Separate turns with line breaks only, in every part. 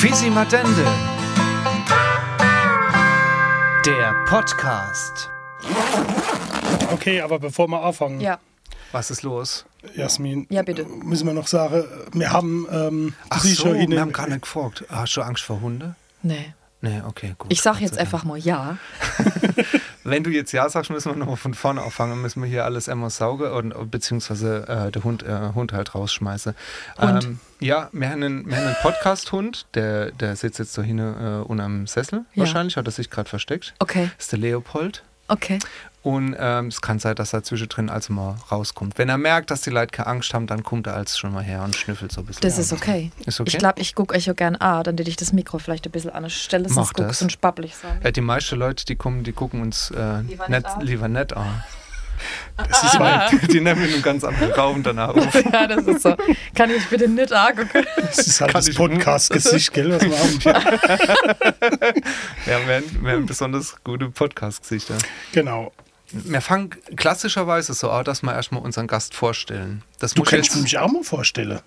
Quisimatende. Der Podcast.
Okay, aber bevor wir anfangen,
Ja,
Was ist los?
Jasmin,
ja bitte.
müssen wir noch sagen, wir haben ähm,
Ach
sicher
so,
in den-
wir haben gar nicht gefragt. Hast du Angst vor Hunde?
Nee.
Nee, okay, gut.
Ich sag
Gott
jetzt
sei Dank.
einfach mal ja.
Wenn du jetzt ja sagst, müssen wir nochmal von vorne anfangen, müssen wir hier alles immer saugen und beziehungsweise äh, der Hund, äh, Hund halt rausschmeißen.
Hund.
Ähm, ja, wir haben einen, wir haben einen Podcast-Hund, der, der sitzt jetzt da hin äh, unterm Sessel
Ja.
wahrscheinlich, hat er sich gerade versteckt.
Okay,
Das ist der Leopold.
okay.
Und ähm, es kann sein, dass er zwischendrin also mal rauskommt. Wenn er merkt, dass die Leute keine Angst haben, dann kommt er als schon mal her und schnüffelt so ein bisschen.
Das ist okay.
Ist okay?
Ich glaube, ich gucke euch ja gern an, dann hätte ich das Mikro vielleicht ein bisschen an der Stelle,
Mach
sonst
das.
guckst und spappelig sein.
Ja, Äh, die meisten Leute, die kommen, die gucken uns äh, net,
Lieber nicht an. Ah.
lieber nett an.
Das ist halt- mein,
Die, die nehmen einen ganz anderen Raum danach auf.
Ja, das ist so. Kann ich bitte nicht angucken?
das ist halt
Kann
das
ich-
Podcast-Gesicht, gell, was wir haben. Ja,
Ja, wir haben, wir haben besonders gute Podcast-Gesichter.
genau.
Wir fangen klassischerweise so an, dass wir erstmal unseren Gast vorstellen. Das
Du
muss ich
kannst
jetzt,
mich auch mal vorstellen,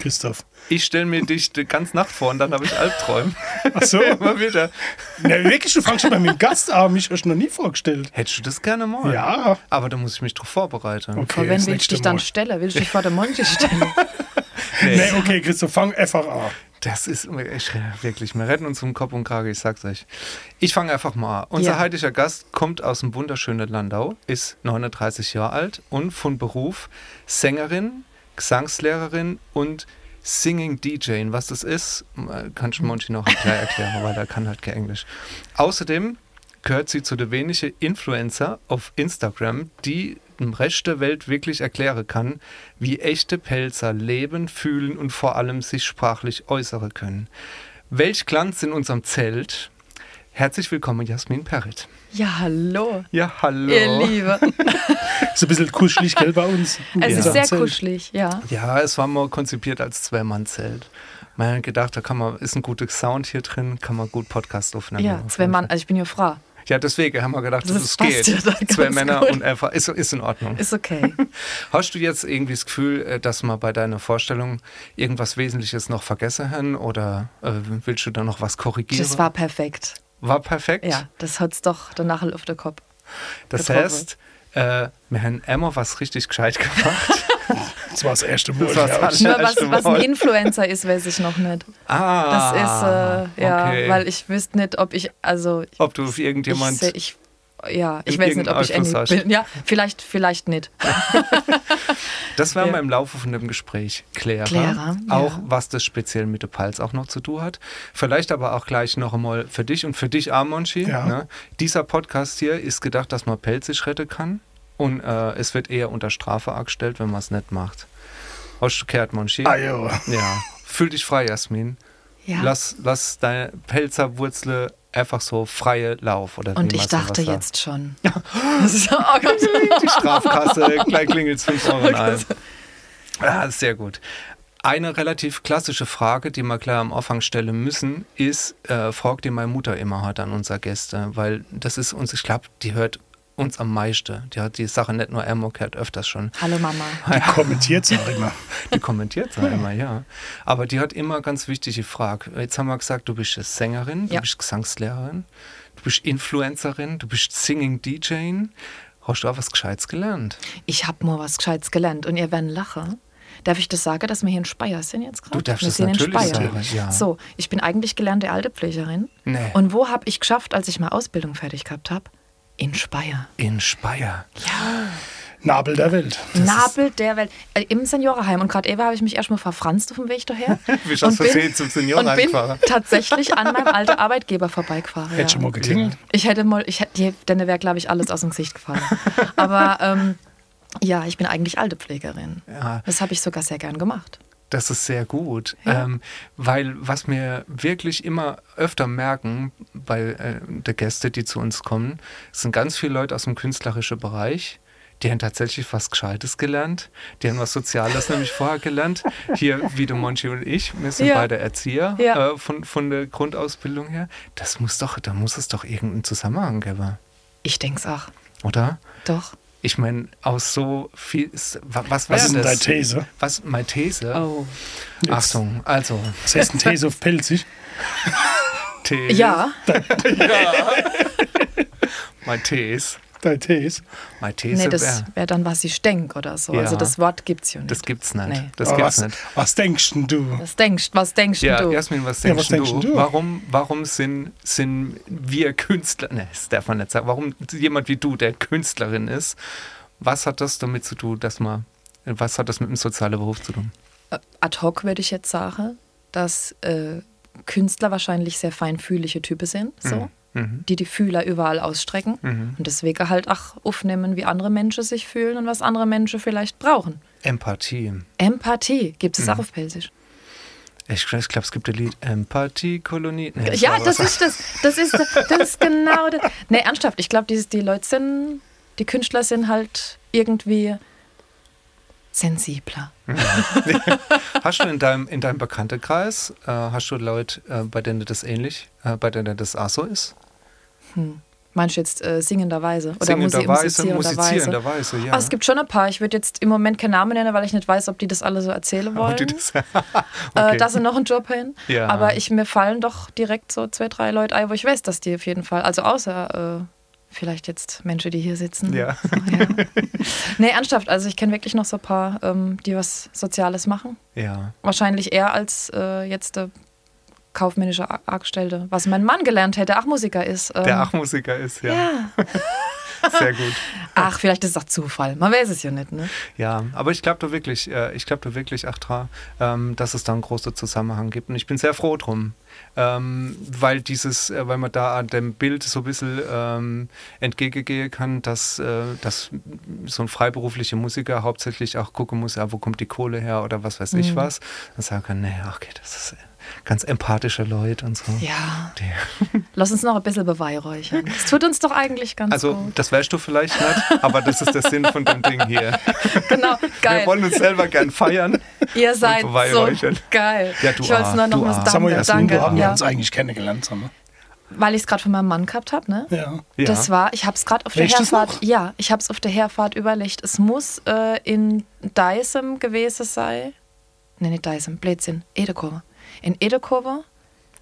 Christoph.
ich stelle mir dich die ganze Nacht vor und dann habe ich Albträume.
Ach so.
Immer wieder.
Na, wirklich, du fangst schon bei meinem Gast an, mich hast du noch nie vorgestellt.
Hättest du das gerne mal?
Ja.
Aber da muss ich mich drauf vorbereiten.
Vor
das
wen will ich
nächste
dich dann
Mal.
stellen? Will ich dich vor der Monte stellen?
Nee, okay, Christoph, fang einfach an.
Das ist ich, wirklich, wir retten uns um Kopf und Kragen, ich sag's euch. Ich fange einfach mal an. Unser
Ja.
heidischer Gast kommt aus dem wunderschönen Landau, ist 39 Jahre alt und von Beruf Sängerin, Gesangslehrerin und Singing DJ. Und was das ist, äh, kann schon Monty noch gleich erklären, weil er kann halt kein Englisch. Außerdem gehört sie zu den wenigen Influencer auf Instagram, die dem Rest der Welt wirklich erklären kann, wie echte Pelzer leben, fühlen und vor allem sich sprachlich äußern können. Welch Glanz in unserem Zelt. Herzlich willkommen, Jasmin Perrit.
Ja, hallo.
Ja, hallo.
Ihr Liebe.
Ist ein bisschen kuschelig, gell, bei uns.
Es
Ja.
ist sehr
Erzähl.
kuschelig, ja.
Ja, es war mal konzipiert als Zwei-Mann-Zelt. Man hat gedacht, da kann man, ist ein guter Sound hier drin, kann man gut Podcast aufnehmen. Auf
Ja,
jeden
zwei Mann,
Fall.
also ich bin ja Frau.
Ja, deswegen haben wir gedacht, das,
Das
geht.
passt ja da ganz
zwei Männer
gut.
und einfach, ist, ist in Ordnung.
Ist okay.
Hast du jetzt irgendwie das Gefühl, äh, dass wir bei deiner Vorstellung irgendwas Wesentliches noch vergessen haben oder äh, willst du da noch was korrigieren?
Das war perfekt.
War perfekt.
Ja, das hat's doch danach auf den Kopf.
das
getroffen.
heißt, äh, wir haben immer was richtig gescheit gemacht.
Das war das erste Mal.
Das war das
ja.
alles.
Nur
Ja,
was,
stimmt.
was ein Influencer ist, weiß ich noch nicht. Das
ah,
ist, äh, ja,
okay.
weil ich wüsste nicht, ob ich, also.
Ob du auf irgendjemand-
Ich, seh- ich, ja, ich
Irg-
weiß nicht, ob ich
irgendeinen
Andy
Einfluss
bin. Ja, vielleicht, vielleicht nicht.
Das werden wir
Ja.
im Laufe von dem Gespräch klären.
Klärer, ja.
Auch was das speziell mit der Pals auch noch zu tun hat. Vielleicht aber auch gleich noch einmal für dich und für dich, Armonchi.
Ja.
Ne? Dieser Podcast hier ist gedacht, dass man pelzig retten kann. Und äh, es wird eher unter Strafe angestellt, wenn man es nicht macht. Hast du gehört, Monchi?
Ah, ja.
Ja. Fühl dich frei, Jasmin.
Ja.
Lass, lass deine Pelzerwurzle einfach so freie Lauf. Oder
Und
wie
ich
man sowas
dachte
sagt.
jetzt schon. Das ist- oh Gott.
die Strafkasse, gleich klingelt es 5 Euro ein. Ja, sehr gut. Eine relativ klassische Frage, die wir klar am Anfang stellen müssen, ist, äh, fragt die meine Mutter immer hat an unsere Gäste, weil das ist uns, ich glaube, die hört uns am meisten. Die hat die Sache nicht nur Emmo gehört öfters schon.
Hallo Mama.
Die kommentiert es auch immer.
Die kommentiert es immer, ja. Aber die hat immer ganz wichtige Fragen. Jetzt haben wir gesagt, du bist Sängerin, du
Ja.
bist Gesangslehrerin, du bist Influencerin, du bist Singing DJ. Hast du auch was Gescheites gelernt?
Ich habe mal was Gescheites gelernt und ihr werden lachen. Darf ich das sagen, dass wir hier in Speyer sind jetzt gerade?
Du darfst
wir
das
sind
natürlich
in Speyer.
sagen, ja.
So, ich bin eigentlich gelernte Altepflegerin.
Nee.
Und wo habe ich geschafft, als ich meine Ausbildung fertig gehabt habe? In Speyer.
In Speyer.
Nabel der Welt.
Nabel der Welt. Äh, Im Seniorenheim. Und gerade eben habe ich mich erstmal verfranst auf dem Weg daher.
Wie ich
Und
aus
bin-
Versehen zum Seniorenheim
Und bin
fahre.
tatsächlich an meinem alten Arbeitgeber vorbeigefahren.
Hätte schon mal
Ja.
geklingelt.
Ich hätte mal, ich hätte, dann wäre, glaube ich, alles aus dem Gesicht gefallen. Aber ähm, ja, ich bin eigentlich alte Pflegerin.
Ja.
Das habe ich sogar sehr gern gemacht.
Das ist sehr gut, ähm, weil was wir wirklich immer öfter merken bei äh, der Gäste, die zu uns kommen, es sind ganz viele Leute aus dem künstlerischen Bereich, die haben tatsächlich was Gescheites gelernt, die haben was Soziales nämlich vorher gelernt. Hier, wie der Monchi und ich, wir sind
Ja.
beide Erzieher
Ja.
äh, von, von der Grundausbildung her. Das muss doch, da muss es doch irgendeinen Zusammenhang geben,
Ich denke es auch.
oder?
Doch.
Ich meine, aus so viel. wa- Was,
Was ist
wär
denn
das?
deine These?
Was, meine These?
Oh.
Jetzt.
Achtung, also.
Das heißt ein These auf pelzig.
These.
Ja,
Meine These.
Deine These.
Meine These
nee,
wär-
das wäre dann, was ich denk oder so.
Ja.
Also das Wort gibt's ja nicht.
Das gibt's nicht.
Nee.
Das
Aber
gibt's
was,
nicht.
was denkst denn du?
was denkst, was denkst
Ja,
du?
Jasmin, was
Ja,
denkst,
was denkst
du?
du?
Warum, warum sind, sind wir Künstler, ne, das darf man nicht sagen, warum jemand wie du, der Künstlerin ist, was hat das damit zu tun, dass man, was hat das mit dem sozialen Beruf zu tun?
Äh, Ad hoc würde ich jetzt sagen, dass äh, Künstler wahrscheinlich sehr feinfühlige Typen sind, so, die die Fühler überall ausstrecken und deswegen halt auch aufnehmen, wie andere Menschen sich fühlen und was andere Menschen vielleicht brauchen.
Empathie.
Empathie gibt es auch auf Pelsisch.
Ich, ich glaube, es gibt ein Lied, Empathiekolonie. Nee, ich
ja,
glaube,
das
es-
ist das. Das ist, das ist genau das. Nee, ernsthaft, ich glaube, die, die Leute sind, die Künstler sind halt irgendwie sensibler.
Hast du in deinem, in deinem Bekanntenkreis, äh, hast du Leute, äh, bei denen das ähnlich, äh, bei denen das auch so ist?
Meinst du jetzt äh, singenderweise? Oder
Singenderweise,
musizierenderweise?
musizierenderweise, ja.
Ah, es gibt schon ein paar. Ich würde jetzt im Moment keinen Namen nennen, weil ich nicht weiß, ob die das alle so erzählen wollen.
Ob die das-
äh, dass sie noch einen Job hin.
Ja.
Aber ich, mir fallen doch direkt so zwei, drei Leute ein, wo ich weiß, dass die auf jeden Fall, also außer äh, vielleicht jetzt Menschen, die hier sitzen.
Ja.
So, ja. nee, ernsthaft. Also ich kenne wirklich noch so ein paar, ähm, die was Soziales machen.
ja.
Wahrscheinlich eher als äh, jetzt der kaufmännische Ar- Angestellte, was mein Mann gelernt hätte, der auch Musiker ist. Ähm,
Der Achmusiker ist, ja.
ja.
Sehr gut.
Ach, vielleicht ist das Zufall. Man weiß es ja nicht, ne?
Ja, aber ich glaube da wirklich, äh, ich glaube da wirklich, Achtra, ähm, dass es da einen großen Zusammenhang gibt. Und ich bin sehr froh drum, ähm, weil dieses, äh, weil man da an dem Bild so ein bisschen ähm, entgegengehen kann, dass, äh, dass so ein freiberuflicher Musiker hauptsächlich auch gucken muss, ja, wo kommt die Kohle her oder was weiß
Mhm.
ich was. Dann sagen kann, nee, ach, okay, das ist äh, ganz empathische Leute und so.
Ja.
Der-
Lass uns noch ein bisschen beweihräuchern. Es tut uns doch eigentlich ganz
Also,
gut.
das weißt du vielleicht nicht, aber das ist der Sinn von dem Ding hier.
Genau,
Wir
geil.
wollen uns selber gern feiern.
Ihr seid so
beweihräuchern.
geil.
Ja, du
ich wollte
Arsch,
es nur
du
noch mal
Arsch.
Sag mal,
sagen.
Jasmin, wo haben
Danke.
wir
Ja.
uns eigentlich kennengelernt? Sag mal.
Weil ich es gerade von meinem Mann gehabt habe, ne?
Ja.
Ja.
Das war, ich habe es gerade auf der
Echt das
Herfahrt,
noch?
ja, ich habe es auf der Herfahrt überlegt. Es muss äh, in Deisem gewesen sein. Nee, nicht Deisem, Blödsinn, Edekurve. In Edekurve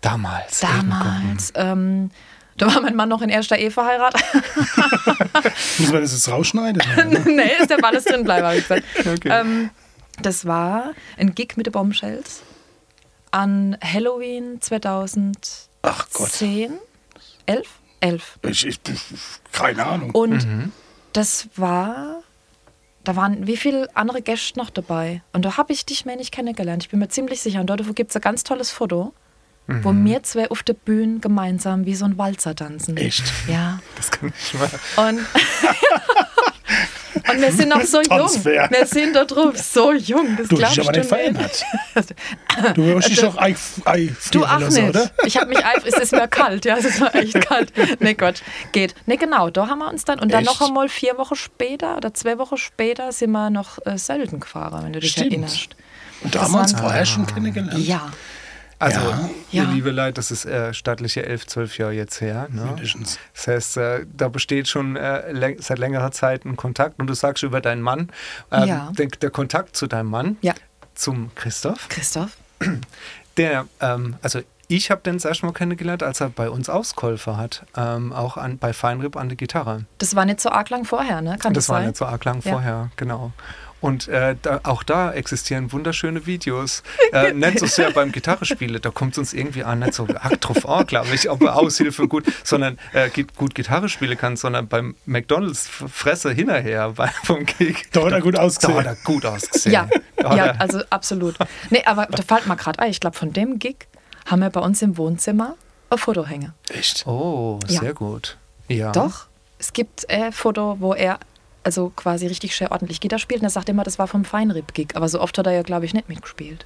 Damals. Edenkoppen.
damals, ähm, da war mein Mann noch in erster Ehe verheiratet.
Muss man das jetzt rausschneiden?
nee, ist der Ball ist drin, bleiben, habe ich gesagt. Ähm, das war ein Gig mit den Bombshells an Halloween 2010,
Ach Gott.
11? 11.
Ich, ich, ich, keine Ahnung.
Und das war, da waren wie viele andere Gäste noch dabei. Und da habe ich dich mehr nicht kennengelernt. Ich bin mir ziemlich sicher. Und dort gibt es ein ganz tolles Foto, wo wir zwei auf der Bühne gemeinsam wie so ein Walzer tanzen.
Echt?
Ja.
Das kann ich mal.
Und, und wir sind noch so jung.
Tanzbär.
Wir sind da drauf so jung. Das
Du hast
glaubst
dich aber nicht
du nicht.
verändert. Du hast dich doch einfrieren
Du auch
lassen,
nicht.
oder?
Ich habe mich einfach, es ist mir kalt, ja, es ist mir echt kalt. Nee, Gott, geht. Nee, genau, da haben wir uns dann. Und dann
Echt?
noch einmal vier Wochen später oder zwei Wochen später sind wir noch äh, selten gefahren, wenn du dich
Stimmt.
erinnerst.
Und damals
waren-
vorher schon kennengelernt.
Ja.
Also,
Ja.
ihr
Ja.
liebe Leute, das ist äh, staatliche 11, 12 Jahre jetzt her. Ne?
Mindestens.
Das heißt, äh, da besteht schon äh, läng- seit längerer Zeit ein Kontakt und du sagst über deinen Mann, ähm,
Ja.
der, der Kontakt zu deinem Mann,
Ja.
zum Christoph,
Christoph?
der, ähm, also ich habe den das erste Mal kennengelernt, als er bei uns Auskäufer hat, ähm, auch an, bei Feinrib an der Gitarre.
Das war nicht so arg lang vorher, ne? Kann das,
Das war
sein?
nicht so arg lang
Ja.
vorher, genau. Und äh, da, auch da existieren wunderschöne Videos. Äh, nicht so sehr beim Gitarrespielen, da kommt es uns irgendwie an, nicht so arg drauf an, glaube ich, ob er Aushilfe gut, sondern äh, gi- gut Gitarre spielen kann, sondern beim McDonalds f- Fresse hinterher bei, vom Kick.
Da hat er gut
Da hat
ausgesehen.
er gut ausgesehen.
Ja,
Da hat
ja,
er-
also absolut. Nee, aber da fällt mir gerade ein, ich glaube, von dem Gig haben wir bei uns im Wohnzimmer ein Foto hängen.
Echt?
oh,
Ja.
sehr gut. Ja.
Doch, es gibt äh, Foto, wo er also quasi richtig schön ordentlich Gitarre spielt und er sagt immer, das war vom Feinripp-Gig, aber so oft hat er ja, glaube ich, nicht mitgespielt.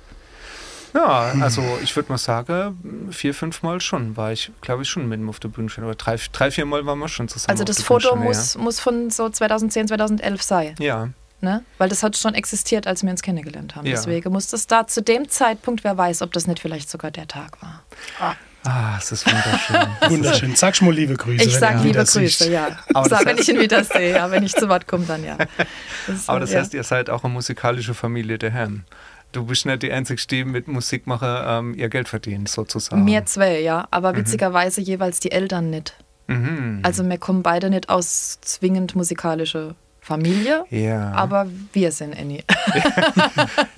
Ja,
Hm.
also ich würde mal sagen, vier, fünf Mal schon war ich, glaube ich, schon mit ihm auf der Bühne schon. Oder drei, drei vier Mal waren wir schon zusammen.
also
auf
das
der Bühne
Foto
schon, ja.
muss, muss von so 2010, 2011 sein,
Ja,
ne? weil das hat schon existiert, als wir uns kennengelernt haben.
Ja.
Deswegen muss das da zu dem Zeitpunkt, wer weiß, ob das nicht vielleicht sogar der Tag war.
Ah, es ist wunderschön.
Wunderschön. Sagst du mal liebe Grüße.
Ich
wenn
sag
du ihn
liebe
wieder siehst.
Grüße, ja.
Aber das
Sag, wenn
heißt-
ich ihn wieder sehe, ja, wenn ich zu Wort komme, dann ja. Das ist,
Aber das
ja.
heißt, ihr seid auch eine musikalische Familie daheim. Du bist nicht die einzige, die mit Musik machen, ähm, ihr Geld verdient, sozusagen.
Mir zwei, ja, aber witzigerweise jeweils die Eltern nicht.
mhm.
Also wir kommen beide nicht aus zwingend musikalische Familie,
Ja,
aber wir sind Annie.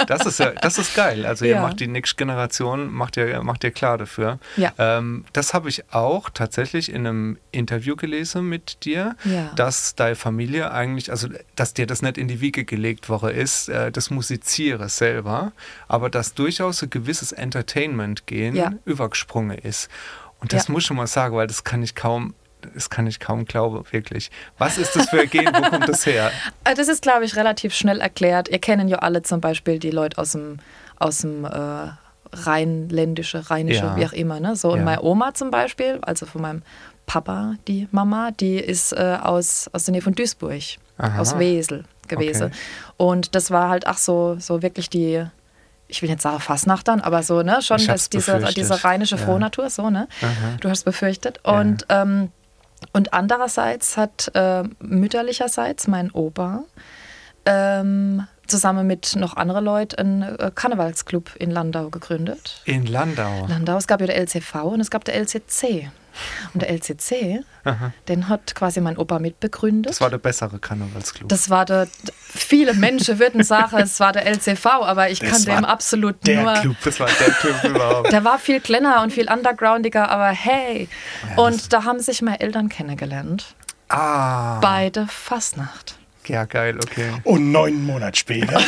das ist ja, das ist geil. Also ihr
Ja.
macht die nächste Generation, macht ihr, macht ihr klar dafür.
Ja.
Ähm, das habe ich auch tatsächlich in einem Interview gelesen mit dir,
Ja.
dass deine Familie eigentlich, also dass dir das nicht in die Wiege gelegt worden ist, äh, das Musiziere selber, aber dass durchaus ein gewisses Entertainment-Gehen
Ja.
übergesprungen ist. Und das
Ja.
muss ich schon mal sagen, weil das kann ich kaum, das kann ich kaum glauben, wirklich. Was ist das für ein Gen? Wo kommt das her?
Äh, Das ist, glaube ich, relativ schnell erklärt. Ihr kennen ja alle zum Beispiel die Leute aus dem, aus dem äh, rheinländische, rheinische,
Ja.
wie auch immer. Ne? So, und
Ja.
meine Oma zum Beispiel, also von meinem Papa, die Mama, die ist äh, aus, aus der Nähe von Duisburg,
Aha.
aus Wesel gewesen.
Okay.
Und das war halt, ach so, so wirklich die, ich will jetzt sagen Fasnacht dann, aber so, ne, schon
Ich hab's
das, diese,
befürchtet.
diese rheinische
Ja.
Frohnatur, so, ne?
Aha.
Du hast befürchtet. Und, ähm, und andererseits hat äh, mütterlicherseits mein Opa ähm, zusammen mit noch anderen Leuten einen äh, Karnevalsclub in Landau gegründet.
In Landau.
Landau, es gab ja der LCV und es gab der LCC. Und der LCC, den hat quasi mein Opa mitbegründet.
Das war der bessere Karnevalsclub.
Das war der, viele Menschen würden sagen, es war der LCV, aber ich
Das
kann dem
war
absolut
der
nur
Club.
Das war der Club überhaupt.
der war viel kleiner und viel undergroundiger, aber hey. Und da haben sich meine Eltern kennengelernt.
Ah,
Beide Fastnacht.
ja, geil, okay.
Und neun Monate später.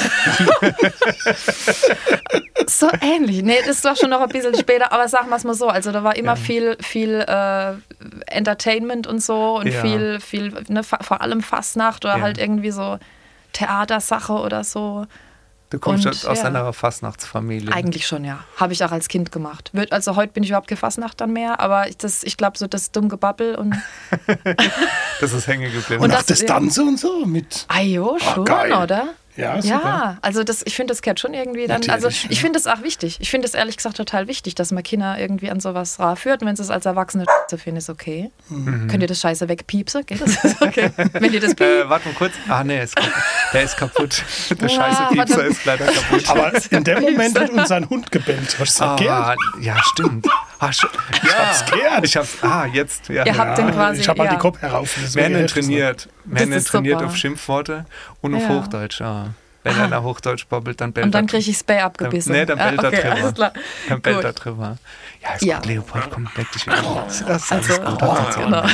So ähnlich. Nee, das war schon noch ein bisschen später, aber sagen wir es mal so. Also da war immer viel, viel äh, Entertainment und so und
Ja.
viel, viel, ne, fa- vor allem Fastnacht oder
Ja.
halt irgendwie so Theatersache oder so.
Du kommst
Und,
aus- aus
ja.
einer Fastnachtsfamilie.
Eigentlich schon, ja. Habe ich auch als Kind gemacht. Wird, also heute bin ich überhaupt gefastnacht dann mehr, aber ich, das, ich glaube so das dumme Gebabbel und
Das ist hängen geblieben.
Und
Und
auch
das-
das Tanzen und so mit.
Ah jo,
Ah,
schon,
geil.
oder?
Ja, super.
Ja, also das, ich finde, das gehört schon irgendwie dann.
Natürlich,
also
ja.
ich finde das auch wichtig. Ich finde es ehrlich gesagt total wichtig, dass man Kinder irgendwie an sowas rar führt. Und wenn sie es als Erwachsene zu finden, ist okay.
Mhm.
Könnt ihr das Scheiße wegpiepsen? Geht das? Ist okay. Wenn ihr das
Äh,
piepst.
warte mal kurz. Ah, nee, es, der ist kaputt. Der
Ah,
scheiße Piepser
warte.
ist leider kaputt.
Aber in dem Moment hat uns ein Hund gebellt. Hast du
Ah,
gesagt, Gerl?
ja, stimmt. Ah, sch ja, ich
hab's gehört.
Ich hab's, ah, jetzt. Ja.
Ihr habt den quasi,
ich habe halt
ja.
die Kopf herauf.
Wir haben ihn trainiert. Wir
Das
haben ihn
ist
trainiert
super.
auf Schimpfworte und auf
Ja.
Hochdeutsch. Ah. Wenn einer Hochdeutsch babbelt, dann bellt
Und dann
er.
kriege ich Spay abgebissen.
Nee, dann
Ah,
bellt er
okay,
drüber.
alles klar.
Dann bellt er
Gut.
drüber. Ja, ist
Ja.
gut, Leopold, komm, leck dich wieder. Das ist alles
Also,
gut. Das ist
genau.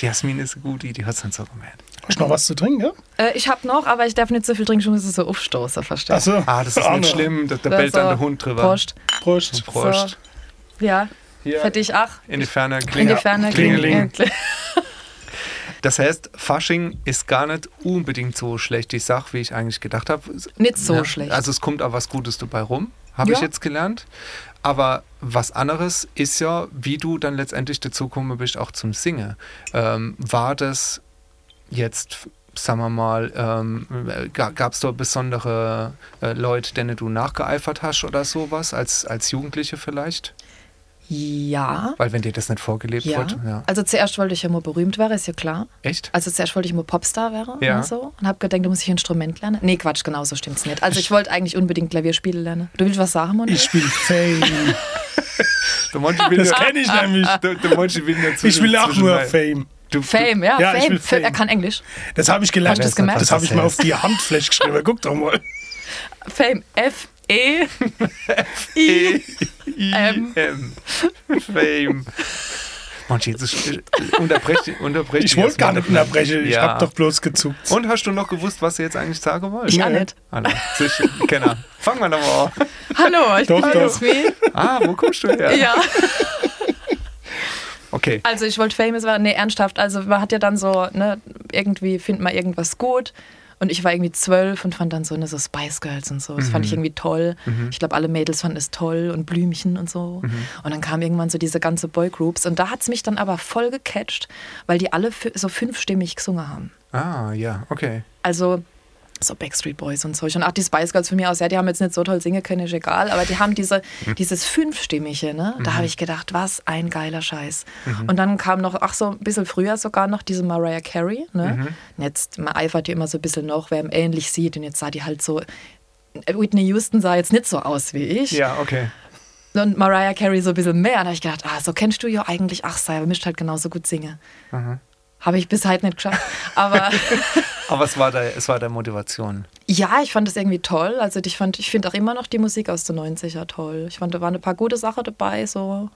Die Jasmin ist gut, die, die hat es dann so gemerkt.
Hast du noch was zu trinken, ja?
Äh, Ich habe noch, aber ich darf nicht so viel trinken, schon muss ich so aufstoßen, verstehst
Achso.
Ah, das ist
Also, Arno.
nicht schlimm, da, da bellt dann der
Also,
Hund drüber.
Prost.
Prost.
Prost.
Ja,
Hier.
für dich auch.
In die Ferne
In die
klingelt.
Ferne
Klingeling.
klingeln.
Das heißt, Fasching ist gar nicht unbedingt so schlecht die Sache, wie ich eigentlich gedacht habe.
Nicht so
Ja,
schlecht.
Also es kommt auch was Gutes dabei rum, habe
Ja.
ich jetzt gelernt. Aber was anderes ist ja, wie du dann letztendlich dazu gekommen bist, auch zum Singen. Ähm, war das jetzt, sagen wir mal, ähm, gab es da besondere äh, Leute, denen du nachgeeifert hast oder sowas, als, als Jugendliche vielleicht?
Ja.
Weil wenn dir das nicht vorgelebt
Ja.
wird, ja.
Also zuerst wollte ich ja mal berühmt wäre, ist ja klar.
Echt?
Also zuerst wollte ich mal Popstar wäre
Ja.
und so und habe gedacht, da muss ich Instrument lernen. Nee, Quatsch, genau so stimmt's nicht. Also ich wollte eigentlich unbedingt Klavierspiele lernen. Du willst was sagen, Moni?
Ich spiele Fame.
Der Monty will
Das
ja-
kenne ich nämlich.
Der, der Monchi will nur
Ich will auch nur
zwischenrein.
Fame.
Du,
Fame, ja,
Ja, ich
Fame.
will
Fame.
Fame.
Er kann Englisch.
Das habe ich gelernt.
Hast du das gemerkt?
Das habe ich
Das
mir auf
heißt-
die Handfläche geschrieben. Guck doch mal.
Fame. F E
E
I.
I
M.
M. Fame. Monchi, jetzt ist- unterbrech, unterbrech
Ich
die
wollte
erstmal.
gar nicht unterbrechen. Ich
Ja.
habe doch bloß gezuckt.
Und hast du noch gewusst, was ihr jetzt eigentlich sagen wollt?
Ich auch nicht.
Hallo, zwischen Kenner. Fangen wir nochmal an.
Hallo, ich
Doch,
bin
doch.
Jasmin.
Ah, wo kommst du her?
Ja.
Okay.
Also ich wollte famous werden. Nee, ernsthaft. Also man hat ja dann so, ne, irgendwie findet man irgendwas gut. Und ich war irgendwie zwölf und fand dann so, ne, so Spice Girls und so. Das fand ich irgendwie toll. Ich glaube, alle Mädels fanden es toll und Blümchen und so. Und dann kamen irgendwann so diese ganze Boygroups. Und da hat es mich dann aber voll gecatcht, weil die alle fü- so fünfstimmig gesungen haben.
Ah, ja, okay.
Also so Backstreet Boys und so. Und ach, die Spice Girls für mich aus, ja, die haben jetzt nicht so toll singen können, ist egal, aber die haben diese, dieses Fünfstimmige, ne? Da habe ich gedacht, was ein geiler Scheiß. Und dann kam noch, ach so, ein bisschen früher sogar noch diese Mariah Carey, ne? Und jetzt, man eifert die immer so ein bisschen noch, wer ihm ähnlich sieht und jetzt sah die halt so, Whitney Houston sah jetzt nicht so aus wie ich
Ja, okay.
und Mariah Carey so ein bisschen mehr. Und da habe ich gedacht, ah, so kennst du ja eigentlich, ach sei, aber mischt halt genauso gut singe. Habe ich bis halt nicht geschafft. Aber
Aber es war der, es war der Motivation.
ja, ich fand das irgendwie toll. Also ich fand, ich finde auch immer noch die Musik aus den 90er toll. Ich fand, da waren ein paar gute Sachen dabei, so,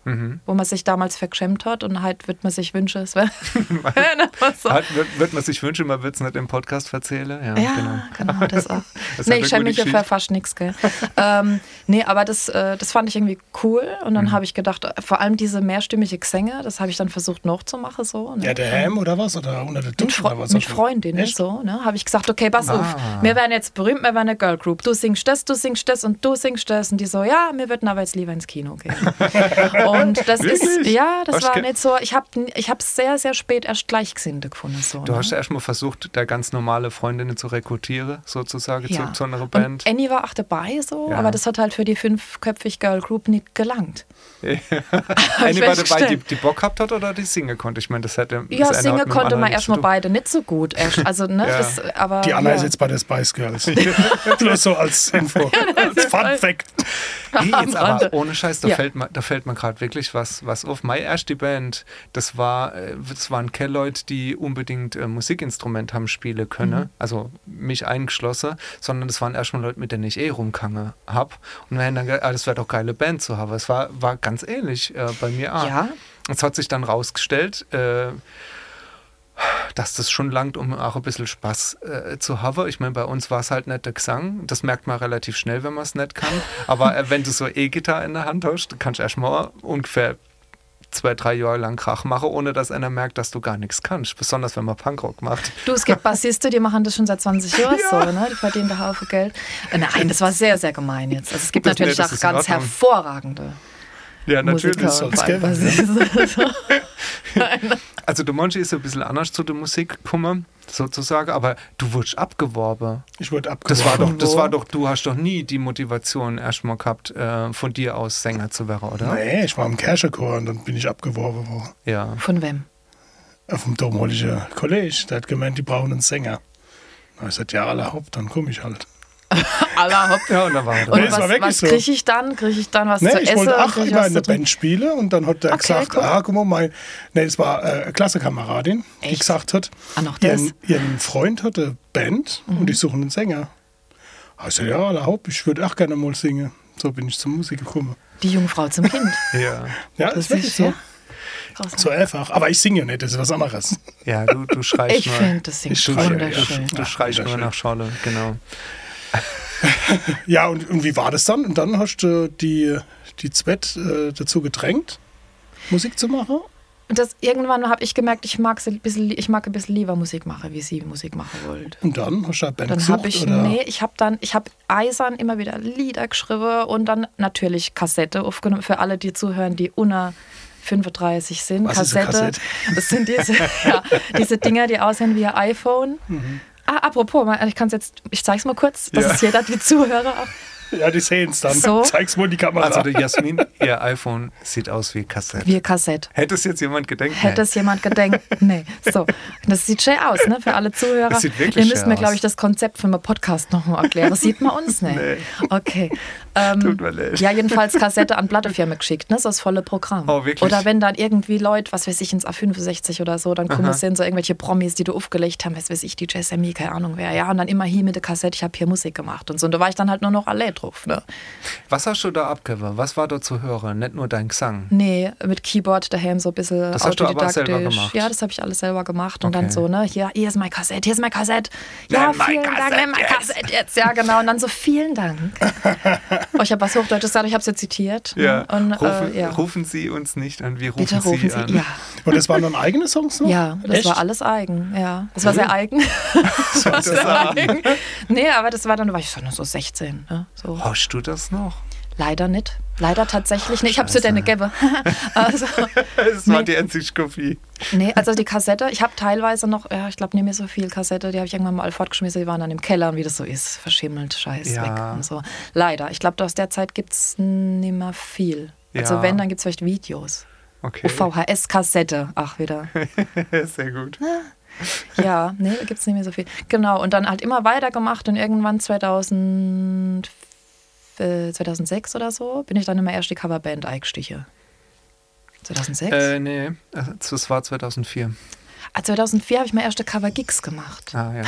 wo man sich damals verklemmt hat und halt wird man sich wünschen, es wäre so.
Hat, Halt, wird, wird man sich wünschen, man wird es nicht im Podcast erzählen. Ja,
Ja, genau, das auch.
Das
nee,
hat
ich
eine
schäme mich
gute
ja für
Geschichte.
fast nichts, gell. ähm, nee, aber das, äh, das fand ich irgendwie cool. Und dann habe ich gedacht, äh, vor allem diese mehrstimmige Gesänge, das habe ich dann versucht nachzumachen. So, ne?
Ja, der Ham oder was? Oder unter der
mit,
Dusche
Fre
oder was?
mit Freundinnen
Echt?
so, ne? Habe ich gesagt, okay, pass auf,
Ah.
wir werden jetzt berühmt, wir werden eine Girl Group. Du singst das, du singst das und du singst das. Und die so, ja, wir würden aber jetzt lieber ins Kino gehen. und das ist,
Wirklich?
ja, das
Hast
war
ge-
nicht so, ich habe ich hab sehr, sehr spät erst Gleichgesinnte gefunden. So,
Du
ne?
hast ja erstmal versucht, da ganz normale Freundinnen zu rekrutieren, sozusagen, zu, zu einer Band.
Und Annie war auch dabei so,
Ja.
aber das hat halt für die fünfköpfig Girl Group nicht gelangt.
Eine war dabei, die,
festgestellt.
die Bock gehabt hat oder die singen konnte. Ich meine, das hätte. das
Ja,
eine hat
singen
mit dem
konnte
anderen
man
nichts
erstmal
zu tun.
beide nicht so gut. erst. Also, ne,
Ja.
das, aber,
Die Anna
ja.
ist jetzt bei der Spice Girls. Nur so als Info. als Fun Fact.
Nee, eh jetzt
am
aber
Rande.
ohne Scheiß, da
Ja.
fällt mir, da fällt mir gerade wirklich was, was auf. Meine erste Band, das war, äh, das waren Kelleut, die unbedingt äh, Musikinstrument haben spielen
Mhm.
können, also mich eingeschlossen, sondern das waren erstmal Leute, mit denen ich eh rumkange hab. Und wir haben dann gedacht, ah, das wäre doch geile Band zu haben. Es war, war ganz ähnlich äh, bei mir auch.
Ja.
Es hat sich dann rausgestellt, äh, dass das schon langt, um auch ein bisschen Spaß äh, zu haben. Ich meine, bei uns war es halt nicht der Gesang. Das merkt man relativ schnell, wenn man es nicht kann. Aber äh, wenn du so E-Gitarre in der Hand hast, kannst du erstmal ungefähr zwei, drei Jahre lang Krach machen, ohne dass einer merkt, dass du gar nichts kannst. Besonders wenn man Punkrock macht.
Du, es gibt Bassisten, die machen das schon seit 20 Jahren
Ja.
so, ne? Die verdienen da Haufen Geld. Äh, Nein, das war sehr, sehr gemein jetzt. Also, es gibt
Das- nee,
natürlich
das
auch
ist in
ganz
Ordnung.
hervorragende
Ja,
Musiker.
natürlich.
so
und vor allem
als
Bassisten.
Also der Monchi ist ein bisschen anders zu der Musik gekommen, sozusagen, aber du wurdest abgeworben.
Ich wurde abgeworfen.
Das war doch, das war doch, du hast doch nie die Motivation erstmal gehabt, äh, von dir aus Sänger zu werden, oder?
Nee, ich war im Kirchenchor und dann bin ich abgeworfen worden.
Ja.
Von wem?
Auf dem Domholischer College. Da hat gemeint, die brauchen einen Sänger. Da hab ich gesagt, ja, alle Haupt, dann komm ich halt.
Allah, hopp.
Ja, und da war er
Und
dabei.
es war
was,
wirklich
was
so.
kriege ich dann? Kriege ich dann was
Nee,
zu
ich
essen?
wollte auch
Krieg ich
immer
was
in der
zu trinken?
Band spielen und dann hat er
Okay,
gesagt,
cool.
ah, guck mal, mein, nee, das war äh, eine Klassenkameradin, die
Echt?
gesagt hat,
Ah, noch das? Mhm.
ihren, ihren Freund hatte eine Band und ich suche einen Sänger. Also ja, der Haupt, ich würde auch gerne mal singen. So bin ich zur Musik gekommen.
Die Jungfrau zum Kind.
Ja,
Ja,
Das
ist wirklich
ist
so.
ja.
So einfach. Aber ich singe ja nicht, das ist was anderes.
ja du, du schreist
Ich
nur.
finde das Ding
du,
schreie,
wunderschön.
du, du schreist
Ach,
nur nach Scholle, genau.
Ja, und, und wie war das dann? Und dann hast du die, die Zwett äh, dazu gedrängt, Musik zu machen?
Und das, irgendwann habe ich gemerkt, ich mag, ein bisschen, ich mag ein bisschen lieber Musik machen, wie sie Musik machen wollte.
Und dann hast du eine Band
Dann
gesucht?
habe ich,
oder?
nee, ich habe dann, ich habe eisern immer wieder Lieder geschrieben und dann natürlich Kassette aufgenommen. Für alle, die zuhören, die unter 35 sind.
Was ist eine
Das sind diese, ja, diese Dinger, die aussehen wie ein iPhone.
Mhm.
Ah, apropos, mal- ich kann jetzt, ich zeig's mal kurz, dass
Ja.
es jeder, die Zuhörer auch
Ja, die sehen es dann.
So.
Zeig's mal in die Kamera.
Also der Jasmin, ihr iPhone sieht aus wie Kassette.
wie eine Kassette.
Hätte es jetzt jemand gedenkt?
Hätte es jemand gedenkt. Nee, so. Das sieht schön aus, ne? Für alle Zuhörer.
Das sieht wirklich
Ihr
schön
müsst mir, glaube
aus.
ich, das Konzept für meinen Podcast nochmal erklären. Das sieht man uns nicht. Okay. Ähm,
Tut mir leid.
Ja, jedenfalls Kassette an Plattefirma geschickt, ne? So das volle Programm.
Oh, wirklich?
Oder wenn dann irgendwie Leute, was weiß ich, ins A65 oder so, dann kommen sind so irgendwelche Promis, die du aufgelegt haben, was weiß ich, die Sammy, keine Ahnung wer. Ja, und dann immer hier mit der Kassette, ich habe hier Musik gemacht und so. Und da war ich dann halt nur noch allein drauf, ne?
Was hast du da abgehört? Was war dort zu hören? Nicht nur dein Gesang.
Nee, mit Keyboard daheim so ein bisschen
Das hast du aber
autodidaktisch.
selber gemacht?
Ja, das habe ich alles selber gemacht. Und
Okay.
dann so, ne, hier, hier ist mein Kassett, hier ist mein Kassett. Ja,
Nimm mein
vielen Dank,
Kassett
nimm mein
jetzt.
Kassett jetzt. Ja, genau. Und dann so, vielen Dank. oh, ich habe was Hochdeutsches gesagt, ich habe es ja zitiert. ne? Und,
rufen,
äh, ja.
rufen Sie uns nicht an, wir rufen,
Bitte rufen
Sie an.
Sie. Ja,
Und das waren dann eigene Songs noch?
ja, das
Echt?
war alles eigen. Ja, das
Hm?
war sehr eigen. das war sehr eigen. Nee, aber das war dann, da war ich so, so 16. Ne? So.
Hast du das noch?
Leider nicht. Leider tatsächlich nicht. Ich habe zu deine Gebbe. also,
Das war die einzige Kopie.
nee, also die Kassette, ich habe teilweise noch, ja, ich glaube, nehme mir so viel Kassette, die habe ich irgendwann mal alle fortgeschmissen, die waren dann im Keller und wie das so ist, verschimmelt, scheiß
Ja.
weg und so. Leider. Ich glaube, aus der Zeit gibt es nimmer viel. Also
Ja.
wenn, dann gibt es vielleicht Videos. Oh,
Okay.
UVHS-Kassette, ach wieder.
Sehr gut.
Ja, nee, da gibt es nicht mehr so viel. Genau, und dann halt immer weitergemacht und irgendwann 2000, äh, 2006 oder so bin ich dann immer erst die Coverband Eikstiche. 2006?
Äh, nee, also, das war 2004.
Ah, 2004 habe ich meine erste Cover-Gigs gemacht.
Ah, ja.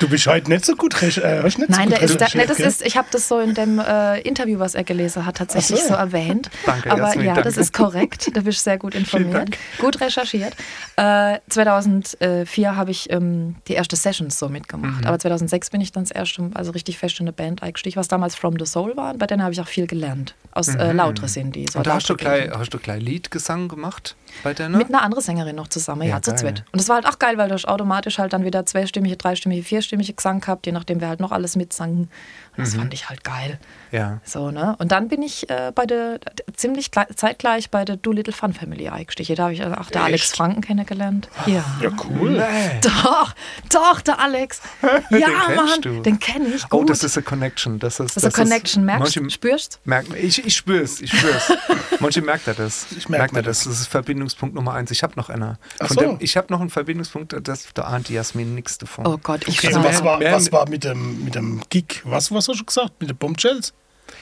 Du bist heute nicht so gut recherchiert. Äh, hast nicht
Nein,
so
der
gut
ist, der,
recherchiert,
nee, das
gell?
ist, ich habe das so in dem äh, Interview, was er gelesen hat, tatsächlich
Ach
so.
so.
erwähnt.
Danke,
Aber
Jasmin,
ja,
danke.
das ist korrekt. Da bist du sehr gut informiert, gut recherchiert. Äh, 2004 habe ich ähm, die erste Sessions so mitgemacht.
Mhm.
Aber 2006 bin ich dann das erste, also richtig fest in eine Band eingestiegen, was damals From the Soul war. Und bei denen habe ich auch viel gelernt. Aus äh, Lautre sind die.
Mhm.
So
Und da hast du
Lautre-Gegend.
gleich, hast du gleich Liedgesang gemacht bei deiner?
Mit einer anderen Sängerin noch zusammen, ja,
Ne? Ja,
zu
geil.
zweit. Und das war halt auch geil, weil du hast automatisch halt dann wieder zweistimmige, dreistimmige, vierstimmige Gesang gehabt, je nachdem wer halt noch alles mitsangen. Und das fand ich halt geil.
Mhm. ja.
So, ne? Und dann bin ich äh, bei der, ziemlich gleich, zeitgleich bei der Do Little Fun Family eingestiegen. Da habe ich also auch der Alex
Echt?
Franken kennengelernt. Ja.
Ja, cool.
Nee.
Doch, doch, der Alex. Hm. Ja,
kennst
Mann,
du.
den kenne ich
Oh,
gut.
das ist eine Connection. Das ist,
das ist eine Connection, merkst
manche
du? Spürst
merkt, ich, ich spür's, ich spür's. Manche merkt er das. Ich
merk
merkt
mir
er das. Das ist Verbindungspunkt Nummer eins. Ich habe noch einer.
Ach
Von
so.
dem, ich habe noch einen Verbindungspunkt, das, da ahnt die Jasmin nichts davon.
Oh Gott, ich
Okay,
schau.
also was, war,
Mehr-
was war mit dem, mit dem Gig? Was, was hast du gesagt? Mit den Bombshells?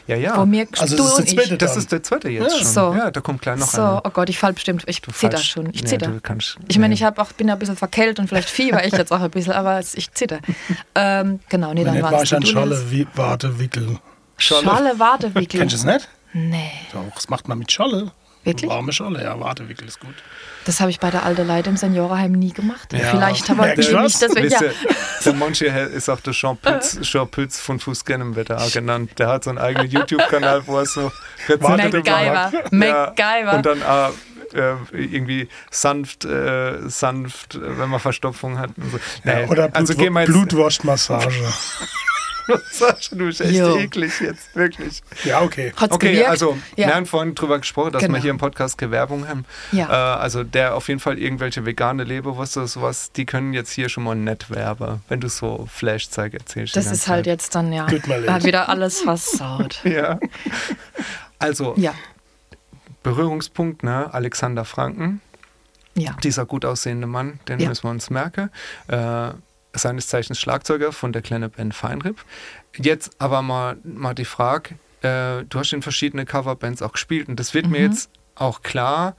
Ja, ja.
Vor mir
Also
du
das ist
und
der
ich.
zweite
das
dann.
ist der zweite jetzt
Ja.
schon.
So.
Ja, da kommt gleich noch
so,
einer.
oh Gott, ich fall bestimmt. Ich
Du
zitter
falsch-
schon. Ich
Nee,
zitter.
du kannst-
ich meine,
nee.
ich hab auch, bin ja ein bisschen verkältet und vielleicht fieber ich jetzt auch ein bisschen, aber es- ich zitter. Ähm, genau, nee,
Wenn
dann
nicht,
war
war
es
ich an
die Dulis.
Scholle, wie- Warte, Wickel.
Scholle.
Scholle Wartewickel.
Kennst du es nicht?
Nee,
Doch, das macht man mit Scholle.
Wirklich?
Warme Scholle, ja, Wartewickel ist gut.
das habe ich bei der alten Leute im Seniorenheim nie gemacht.
Ja.
Vielleicht aber
Merkst
nee,
du was?
nicht, dass wir,
Wisst
ja,
ihr, der Monchi ist auch der Jean Pütz, Jean Pütz von Fußgen im Wetter auch genannt. Der hat so einen eigenen YouTube-Kanal, wo er so Rezepte
MacGyver, MacGyver.
Und dann äh, äh, irgendwie sanft, äh, sanft, äh, wenn man Verstopfung hat. Und so. Nee,
Ja, oder Blut,
also gehen wir jetzt.
Blutwurstmassage.
Sascha, du bist echt
Jo.
eklig jetzt, wirklich.
ja, okay.
hat's
okay,
gewirkt?
also
ja.
wir haben vorhin drüber gesprochen, dass
Genau.
wir hier im Podcast Gewerbung haben.
Ja.
Äh, also der auf jeden Fall irgendwelche vegane Leberwurst oder sowas, die können jetzt hier schon mal nett werben, wenn du so Flashzeug erzählst. die
das
ganze
ist halt
Zeit.
jetzt dann, ja,
Tut mir leid.
hat wieder alles versaut.
Ja. Also
Ja,
Berührungspunkt, ne? Alexander Franken,
ja.
dieser gut aussehende Mann, den
Ja.
müssen wir uns merken. Äh, seines Zeichens Schlagzeuger von der kleinen Band Feinrib. Jetzt aber mal, mal die Frage, äh, du hast in verschiedene Coverbands auch gespielt und das wird mir
Mhm.
jetzt auch klar,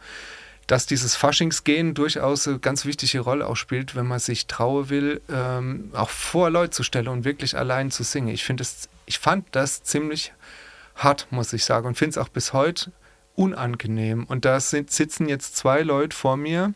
dass dieses Faschingsgehen durchaus eine ganz wichtige Rolle auch spielt, wenn man sich trauen will, ähm, auch vor Leute zu stellen und wirklich allein zu singen. Ich, finde es- ich fand das ziemlich hart, muss ich sagen, und finde es auch bis heute unangenehm. Und da sind, sitzen jetzt zwei Leute vor mir,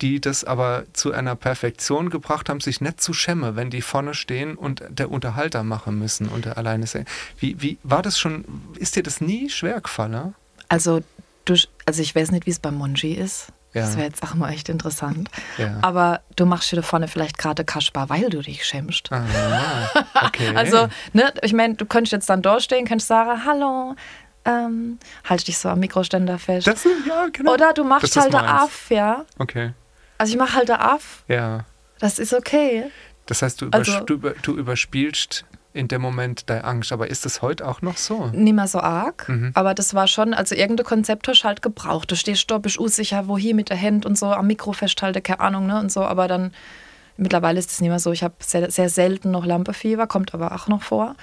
die das aber zu einer Perfektion gebracht haben, sich nicht zu schämen, wenn die vorne stehen und der Unterhalter machen müssen und der alleine singen. Wie, wie war das schon, ist dir das nie schwer gefallen?
Also, du, also ich weiß nicht, wie es bei Monji ist.
Ja.
Das wäre jetzt auch mal echt interessant.
Ja.
Aber du machst hier da vorne vielleicht gerade Kaspar, weil du dich schämst.
Ah, okay.
Also, ne, ich meine, du könntest jetzt dann durchstehen, könntest sagen, hallo, ähm, halt dich so am Mikroständer fest.
das, ja, genau.
Oder du
Das
machst
ist
halt da
meins.
auf, ja.
Okay,
Also ich mach halt da auf,
ja.
das ist okay.
Das heißt, du,
Also-
übersch- du, über, du überspielst in dem Moment deine Angst. Aber ist das heute auch noch so?
Nimmer so arg, aber das war schon, also irgendein Konzept hast du halt gebraucht. Du stehst da, bist unsicher, wo hier mit der Hand und so, am Mikro festhalten, keine Ahnung, ne, und so, aber dann, mittlerweile ist das nicht mehr so. Ich habe sehr, sehr selten noch Lampefieber, kommt aber auch noch vor.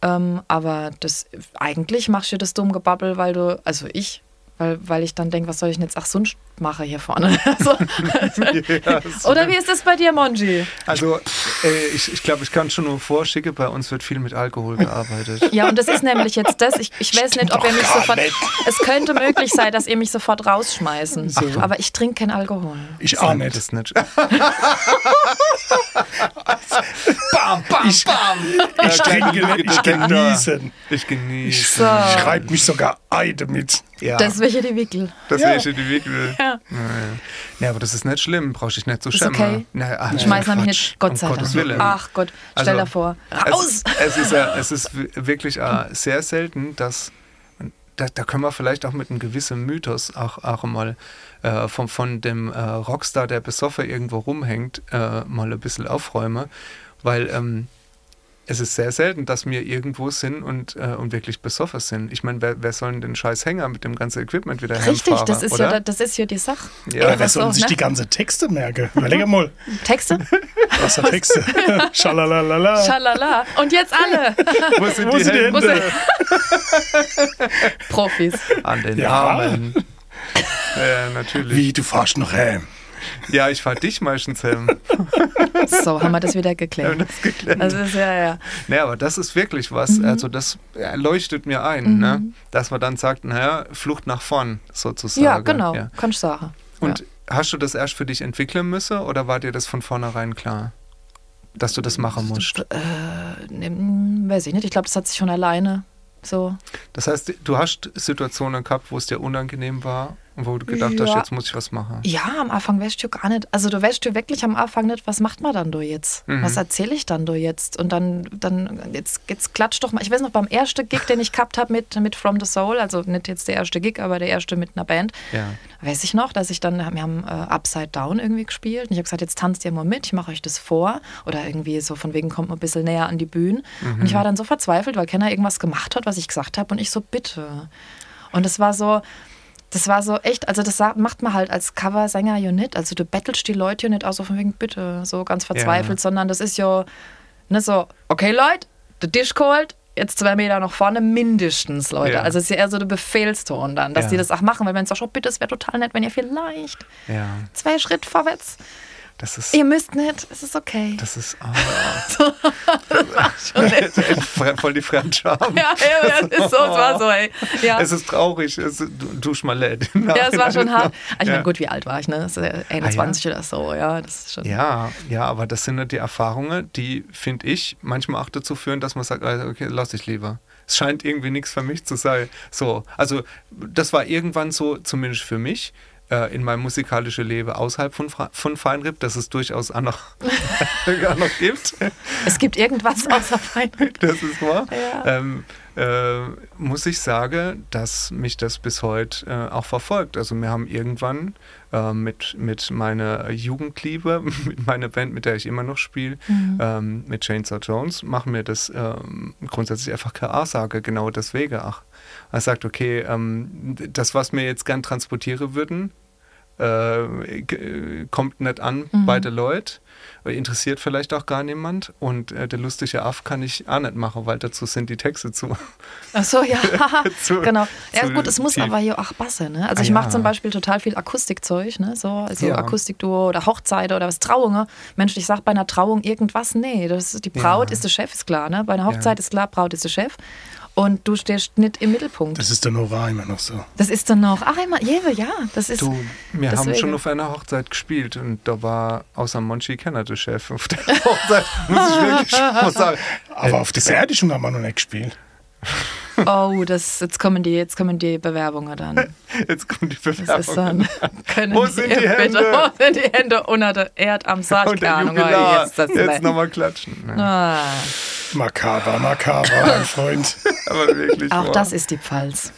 Ähm, aber das, eigentlich machst du das dumm Gebabbel, weil du, also ich, weil, weil ich dann denke, was soll ich denn jetzt, ach, sonst mache hier vorne. Also, oder wie ist das bei dir, Monji?
Also, äh, ich, ich glaube, ich kann schon nur vorschicken, bei uns wird viel mit Alkohol gearbeitet.
Ja, und das ist nämlich jetzt das. Ich, ich weiß nicht, ob ihr mich
doch gar
sofort.
nicht.
Es könnte möglich sein, dass ihr mich sofort rausschmeißen.
Achtung.
Aber ich trinke keinen Alkohol.
Ich auch
Nein,
nicht.
Das nicht.
Bam, bam, bam. Ich
genau.
trinke nicht, ich genieße.
Ich genieße.
So,
Ich reibe mich sogar Eide mit.
Ja,
das wäre hier die Wickel.
das
Ja.
ist ja die Wickel. Ja. Ja. ja, aber das ist nicht schlimm, brauchst dich nicht zu
Ist
schämen. ne?
okay.
Na, ach,
Schmeißen
Quatsch.
nämlich nicht. Gott
um
sei
Gottes
Dank.
Willen.
Ach Gott, stell
Also,
dir vor.
Es-
Raus!
Es, ist, äh, es ist w- wirklich äh, sehr selten, dass da, da können wir vielleicht auch mit einem gewissen Mythos auch, auch mal äh, von, von dem äh, Rockstar, der besoffen irgendwo rumhängt, äh, mal ein bisschen aufräumen, weil ähm, es ist sehr selten, dass wir irgendwo sind und, äh, und wirklich besoffen sind. Ich meine, wer, wer soll denn den scheiß Hänger mit dem ganzen Equipment wieder
Richtig,
heimfahren,
das ist,
oder?
ja, das ist ja die Sache.
Ja,
wer
das
soll
auch,
sich
ne?
die ganzen Texte merken? Überleg mal,
Texte?
was für Texte? Schalalalala.
Schalala. Und jetzt alle
Wo sind
Wo
die
sind die
Hände?
Muss Profis.
An den
Ja.
Armen. Ja, natürlich.
Wie, du fahrst noch heim?
Ja, ich fahr dich meistens hin.
So, haben wir das wieder geklärt.
Das geklärt.
Das ist ja, ja.
Naja, aber das ist wirklich was.
Mhm.
Also das äh, leuchtet mir ein, ne? dass man dann sagt, naja, Flucht nach vorn sozusagen.
Ja, genau.
Ja.
Kannst du sagen.
Und
ja.
hast du das erst für dich entwickeln müssen oder war dir das von vornherein klar, dass du das machen musst?
Ne, mm, weiß ich nicht. Ich glaube, das hat sich schon alleine so.
Das heißt, du hast Situationen gehabt, wo es dir unangenehm war und wo du gedacht hast,
Ja.
jetzt muss ich was machen.
Ja, am Anfang weißt du gar nicht. Also du weißt du wirklich am Anfang nicht, was macht man dann du jetzt?
Mhm.
Was erzähle ich dann du jetzt? Und dann, dann jetzt, jetzt klatscht doch mal. Ich weiß noch, beim ersten Gig, den ich gehabt habe mit, mit From the Soul, also nicht jetzt der erste Gig, aber der erste mit einer Band,
Ja.
weiß ich noch, dass ich dann, wir haben äh, Upside Down irgendwie gespielt und ich habe gesagt, jetzt tanzt ihr mal mit, ich mache euch das vor oder irgendwie so von wegen kommt man ein bisschen näher an die Bühne und ich
Mhm.
war dann so verzweifelt, weil keiner irgendwas gemacht hat, was ich gesagt habe und ich so, bitte. Und das war so, das war so echt, also das sa- macht man halt als Coversänger ja nicht, also du bettelst die Leute ja nicht auch so von wegen, bitte, so ganz verzweifelt, sondern das ist ja ne, so, okay Leute, der Tisch geholt, jetzt zwei Meter nach vorne mindestens, Leute.
Ja.
Also es ist ja eher so der Befehlston dann, dass
Ja.
die das auch machen, weil man sagt, oh bitte, es wäre total nett, wenn ihr vielleicht
Ja,
zwei Schritt vorwärts,
das ist.
ihr müsst nicht, es ist okay.
Das ist. Ah, voll die Fremdscham.
ja, ja, ja, es ist so, es war so, ey. Ja.
Es ist traurig. Es ist, du, du schmalett.
ja, es war schon hart. Also ich
Ja. Ah,
meine, gut, wie alt war ich, ne? Das ist, äh, 21 oder so, ja. Das ist schon.
Ja, ja, aber das sind halt die Erfahrungen, die, finde ich, manchmal auch dazu führen, dass man sagt, also, okay, lass ich lieber. Es scheint irgendwie nichts für mich zu sein. So, also das war irgendwann so, zumindest für mich, äh, in meinem musikalischen Leben außerhalb von, Fra- von Feinripp, dass es durchaus auch noch, auch noch gibt.
Es gibt irgendwas außer Feind.
Das ist wahr.
Ja.
Ähm, ähm, muss ich sagen, dass mich das bis heute äh, auch verfolgt. Also wir haben irgendwann äh, mit, mit meiner Jugendliebe, mit meiner Band, mit der ich immer noch spiele, ähm, mit Chainsaw Jones, machen wir das ähm, grundsätzlich einfach KA-Sage, genau deswegen auch. Er sagt, okay, ähm, das, was wir jetzt gern transportieren würden, äh, g- kommt nicht an
Mhm.
bei den Leuten, interessiert vielleicht auch gar niemand und äh, der lustige Aff kann ich auch nicht machen, weil dazu sind die Texte zu.
Ach so, ja.
Zu-
genau. Ja,
zu
gut, es muss
tief.
aber ja auch passen. Ne? Also
Ah,
ich mache
ja.
zum Beispiel total viel Akustikzeug, ne? so, also
Ja.
Akustikduo oder Hochzeit oder was, Trauungen. Mensch, ich sag bei einer Trauung irgendwas, nee, das, die Braut
Ja.
ist der Chef, ist klar. Ne? Bei einer Hochzeit ist klar, Braut ist der Chef. Und du stehst nicht im Mittelpunkt. Das,
Das ist der Nora immer noch so.
ist dann noch, ach immer, Jewe, ja, das ist,
Du, wir haben
deswegen.
schon auf einer Hochzeit gespielt und da war außer Monchi Kenner der Chef auf der Hochzeit, muss ich wirklich muss sagen.
Aber auf der Serdischen haben wir noch nicht gespielt.
oh, das, jetzt kommen die, jetzt kommen die Bewerbungen dann.
Jetzt kommt die
Das ist
Bewerbung.
dann, können
Wo sind die Hände?
Bitte, wo sind die Hände unter der Erd am Sarg?
Und der
Keine Ahnung, weil
Jubilar,
jetzt das-
jetzt nochmal klatschen. Ja,
Ah.
Makaber, makaber, mein Freund.
aber wirklich.
Auch
boah.
das ist die Pfalz.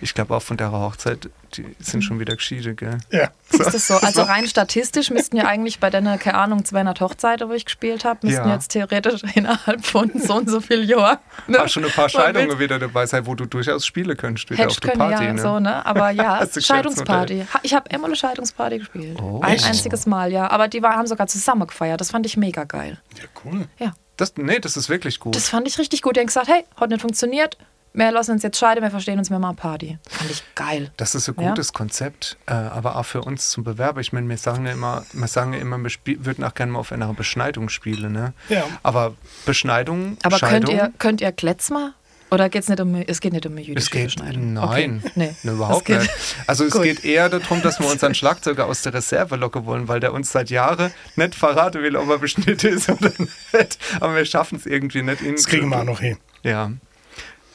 Ich glaube auch von der Hochzeit, die
Mhm.
sind schon wieder geschieden, gell?
Ja.
Ist das so? Also rein statistisch müssten ja eigentlich bei deiner, keine Ahnung, 200 Hochzeiten, wo ich gespielt habe, müssten
Ja.
jetzt theoretisch innerhalb von so und so viel Jahren. Ne?
Auch schon ein paar
Man
Scheidungen
will-
wieder dabei sein, wo du durchaus spielen könntest wieder auf
Hättest
der
können,
Party.
ja,
ne?
so, ne? Aber ja,
Hast du
Scheidungsparty. Ha- Ich habe einmal eine Scheidungsparty gespielt.
Oh.
Ein
Echt?
einziges Mal, ja. Aber die war, haben sogar zusammen gefeiert. Das fand ich mega geil.
Ja, cool.
Ja.
Das, nee, das ist wirklich gut.
Das fand ich richtig gut. Die haben gesagt, hey, hat nicht funktioniert. Wir lassen uns jetzt scheiden, wir verstehen uns, wir machen Party. Fand ich geil.
das ist ein
Ja.
gutes Konzept, äh, aber auch für uns zum Bewerber. Ich meine, wir sagen ja immer, wir sagen ja immer, wir spiel- würden auch gerne mal auf einer Beschneidung spielen, ne?
Ja.
Aber Beschneidung,
Aber könnt
Scheidung,
ihr, könnt ihr Kletzmer? Oder geht's nicht um, es geht nicht um eine jüdische
es geht,
Beschneidung?
nein,
Okay. Nee.
ne, überhaupt
Es geht-
nicht. Also es
Gut.
geht eher darum, dass wir unseren Schlagzeuger aus der Reserve locken wollen, weil der uns seit Jahren nicht verraten will, ob er beschnitten ist oder nicht. Aber wir schaffen es irgendwie nicht. ihn
Das
zu-
kriegen wir auch noch hin.
Ja.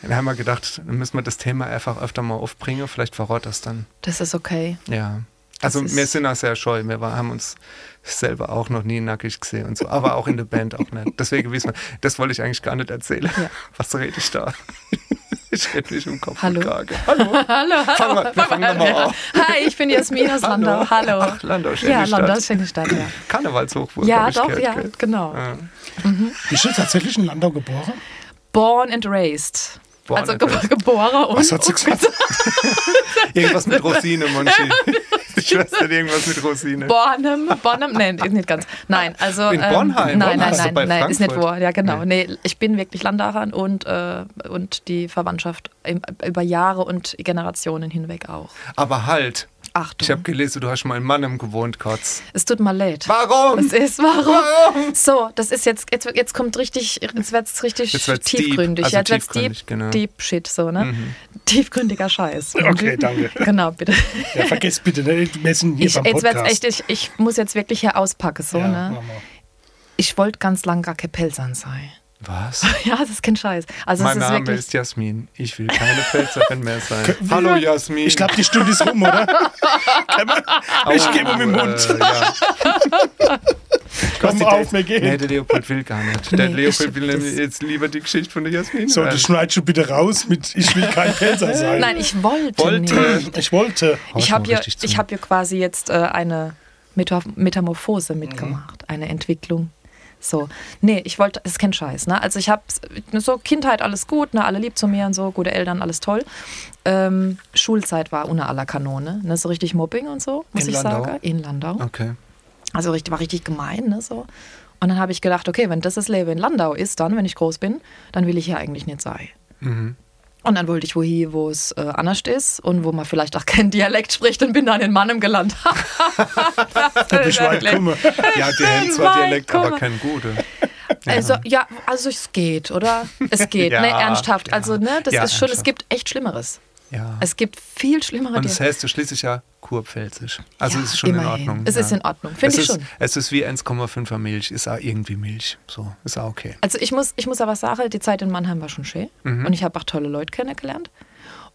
Dann haben wir gedacht, dann müssen wir das Thema einfach öfter mal aufbringen, vielleicht verrot das dann.
Das ist okay.
Ja. Also
Das ist-
wir sind auch sehr scheu, wir war, haben uns selber auch noch nie nackig gesehen und so, aber auch in der Band auch nicht. Deswegen wissen wir, das wollte ich eigentlich gar nicht erzählen.
Ja.
Was rede ich da? Ich hätte mich im Kopf
Hallo.
getragen. Hallo.
Hallo, hallo.
Fang mal- wir fangen nochmal an.
Hi, ich bin Jasmin aus Landau. Hallo.
Ach, Landau, schöne
ja,
Stadt.
Landau ist schöne Stadt, ja.
Karnevalshochburg. hab
Ja,
ich Ah.
doch,
gehört,
ja,
gell?
genau.
Ja.
Bist du tatsächlich in Landau geboren?
Born and raised.
Born
also
and
ge
raised.
geboren und
Was hat sie gesagt?
Irgendwas mit Rosine, Monchi. Die Schwester hat irgendwas mit Rosine.
Bornem, Bornem, nein, ist nicht ganz. Nein, also
In Bornheim, Bornheim
nein, nein,
ist doch
nein,
bei
nein, ist nicht
Frankfurt.
wahr. Ja, genau. Nee. ich bin wirklich Landauerin und äh, und die Verwandtschaft im, über Jahre und Generationen hinweg auch.
Aber halt.
Achtung.
Ich habe gelesen, du hast mal in Mannheim gewohnt, Kotz.
es tut mir leid.
Warum?
Es ist warum?
Warum?
So, das ist jetzt jetzt, jetzt kommt richtig jetzt wird's richtig
Jetzt wird's deep,
tiefgründig.
also
ja, jetzt wird's
tiefgründig,
deep,
genau. Mhm.
deep shit so, ne? Tiefgründiger Scheiß.
Okay, danke.
Genau, bitte.
Ja, vergiss bitte, ne? wir sind hier
Ich,
beim
jetzt wird's
Podcast.
echt, ich, ich muss jetzt wirklich hier auspacken, so,
ja,
ne?
mach mal.
Ich wollte ganz lang gar kein Pelzern sein.
Was?
Ja, das ist kein Scheiß. Also
mein
es ist
Name
wirklich.
ist Jasmin. Ich will keine Pfälzerin mehr sein. Hallo Jasmin.
Ich glaube, die Stunde ist rum, oder? Kann man- ich gebe mir den Mund.
Äh, ja.
Komm auf, wir gehen.
Nee, der Leopold will gar nicht. Der
Nee,
Leopold
ich-
will nämlich
das-
jetzt lieber die Geschichte von der Jasmin.
So,
hören.
das schneidest du bitte raus mit Ich will kein Pelzer sein.
Nein, ich wollte.
Wollte.
Nicht.
Ich wollte.
Ich
Hau's mal
habe ja,
richtig zu.
ich hab ja quasi jetzt äh, eine Meta Metamorphose mitgemacht, eine Entwicklung. So, nee, ich wollte, das ist kein Scheiß, ne? Also ich habe so Kindheit alles gut, ne? Alle lieb zu mir und so, gute Eltern, alles toll. Ähm, Schulzeit war unter aller Kanone, ne? So richtig Mobbing und so, muss
In
ich
Landau?
sagen, in Landau.
Okay.
Also richtig, war richtig gemein, ne, so. Und dann habe ich gedacht, okay, wenn das das Leben in Landau ist, dann, wenn ich groß bin, dann will ich hier eigentlich nicht sein.
Mhm.
Und dann wollte ich wohin, wo es äh, anders ist und wo man vielleicht auch keinen Dialekt spricht und bin dann in Mannem gelandet.
Hab ich weit komme.
Ja, die haben zwar
Weit
Dialekt, aber
kommen.
kein gute.
Also, ja, also es geht, oder? Es geht,
Ja,
ne, ernsthaft.
ja.
Also, ne, das
Ja,
ist schon,
ernsthaft.
es gibt echt Schlimmeres.
Ja.
Es gibt viel schlimmere
Und das
Dialekte.
heißt, du schließlich ja Kurpfälzisch. Also
Ja,
es ist schon in
immerhin.
Ordnung.
Es
ja.
ist in Ordnung, finde
Es
ich
ist-
schon.
Es ist wie 1,5er Milch, ist auch irgendwie Milch. So, ist auch okay.
Also ich muss, ich muss aber sagen, die Zeit in Mannheim war schon schön und ich habe auch tolle Leute kennengelernt.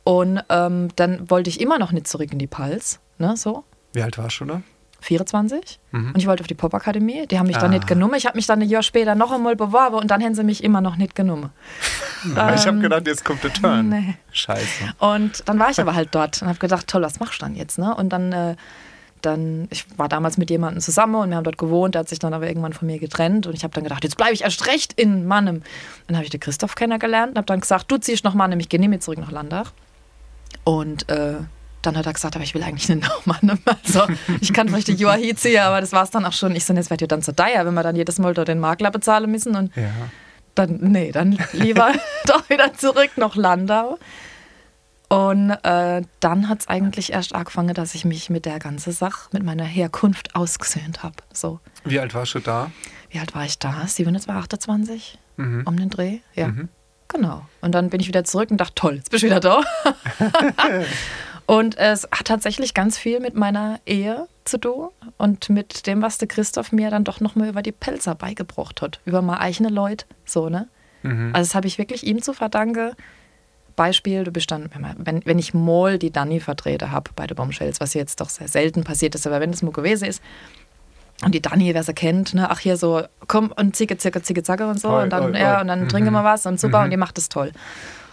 Und ähm, dann wollte ich immer noch nicht zurück in die Pals, ne, so.
Wie alt warst du da?
24 und ich wollte auf die Popakademie, die haben mich
Ah.
dann nicht genommen. Ich habe mich dann ein Jahr später noch einmal beworben und dann haben sie mich immer noch nicht genommen.
ich habe gedacht, jetzt kommt der Turn.
Ähm, nee.
Scheiße.
Und dann war ich aber halt dort und habe gedacht, toll, was machst du dann jetzt? Ne? Und dann, äh, dann, ich war damals mit jemandem zusammen und wir haben dort gewohnt, der hat sich dann aber irgendwann von mir getrennt und ich habe dann gedacht, jetzt bleibe ich erst recht in Mannem. Dann habe ich den Christoph kennengelernt und habe dann gesagt, du ziehst nach Mannem, ich gehe nicht mehr zurück nach Landach. Und äh, dann hat er gesagt, aber ich will eigentlich nicht nach Mannem. Also ich kann vielleicht die Joahi ziehen, aber das war es dann auch schon. Ich so, jetzt wird ihr dann zu teuer, wenn wir dann jedes Mal dort den Makler bezahlen müssen und
Ja.
dann, nee, dann lieber doch wieder zurück nach Landau. Und äh, dann hat es eigentlich erst angefangen, dass ich mich mit der ganzen Sache, mit meiner Herkunft ausgesöhnt habe. So,
Wie alt warst du da?
wie alt war ich da? 27, 28? Um den Dreh? Ja. Genau. Und dann bin ich wieder zurück und dachte, toll, jetzt bist du wieder da. und es hat tatsächlich ganz viel mit meiner Ehe zu tun und mit dem, was der Christoph mir dann doch nochmal über die Pelzer beigebracht hat. Über meine eigene Leute. So, ne? Also, das habe ich wirklich ihm zu verdanken. Beispiel, du bist dann, wenn man- wenn, wenn ich mal die Dani vertrete habe bei den Bombshells, was jetzt doch sehr selten passiert ist, aber wenn es mal gewesen ist, und die Dani, wer sie kennt, ne, ach hier so, komm und zicke, zicke, zicke, zacke und so.
Oi,
und dann,
oi,
ja,
oi.
und dann trinken wir was und super und die macht es toll.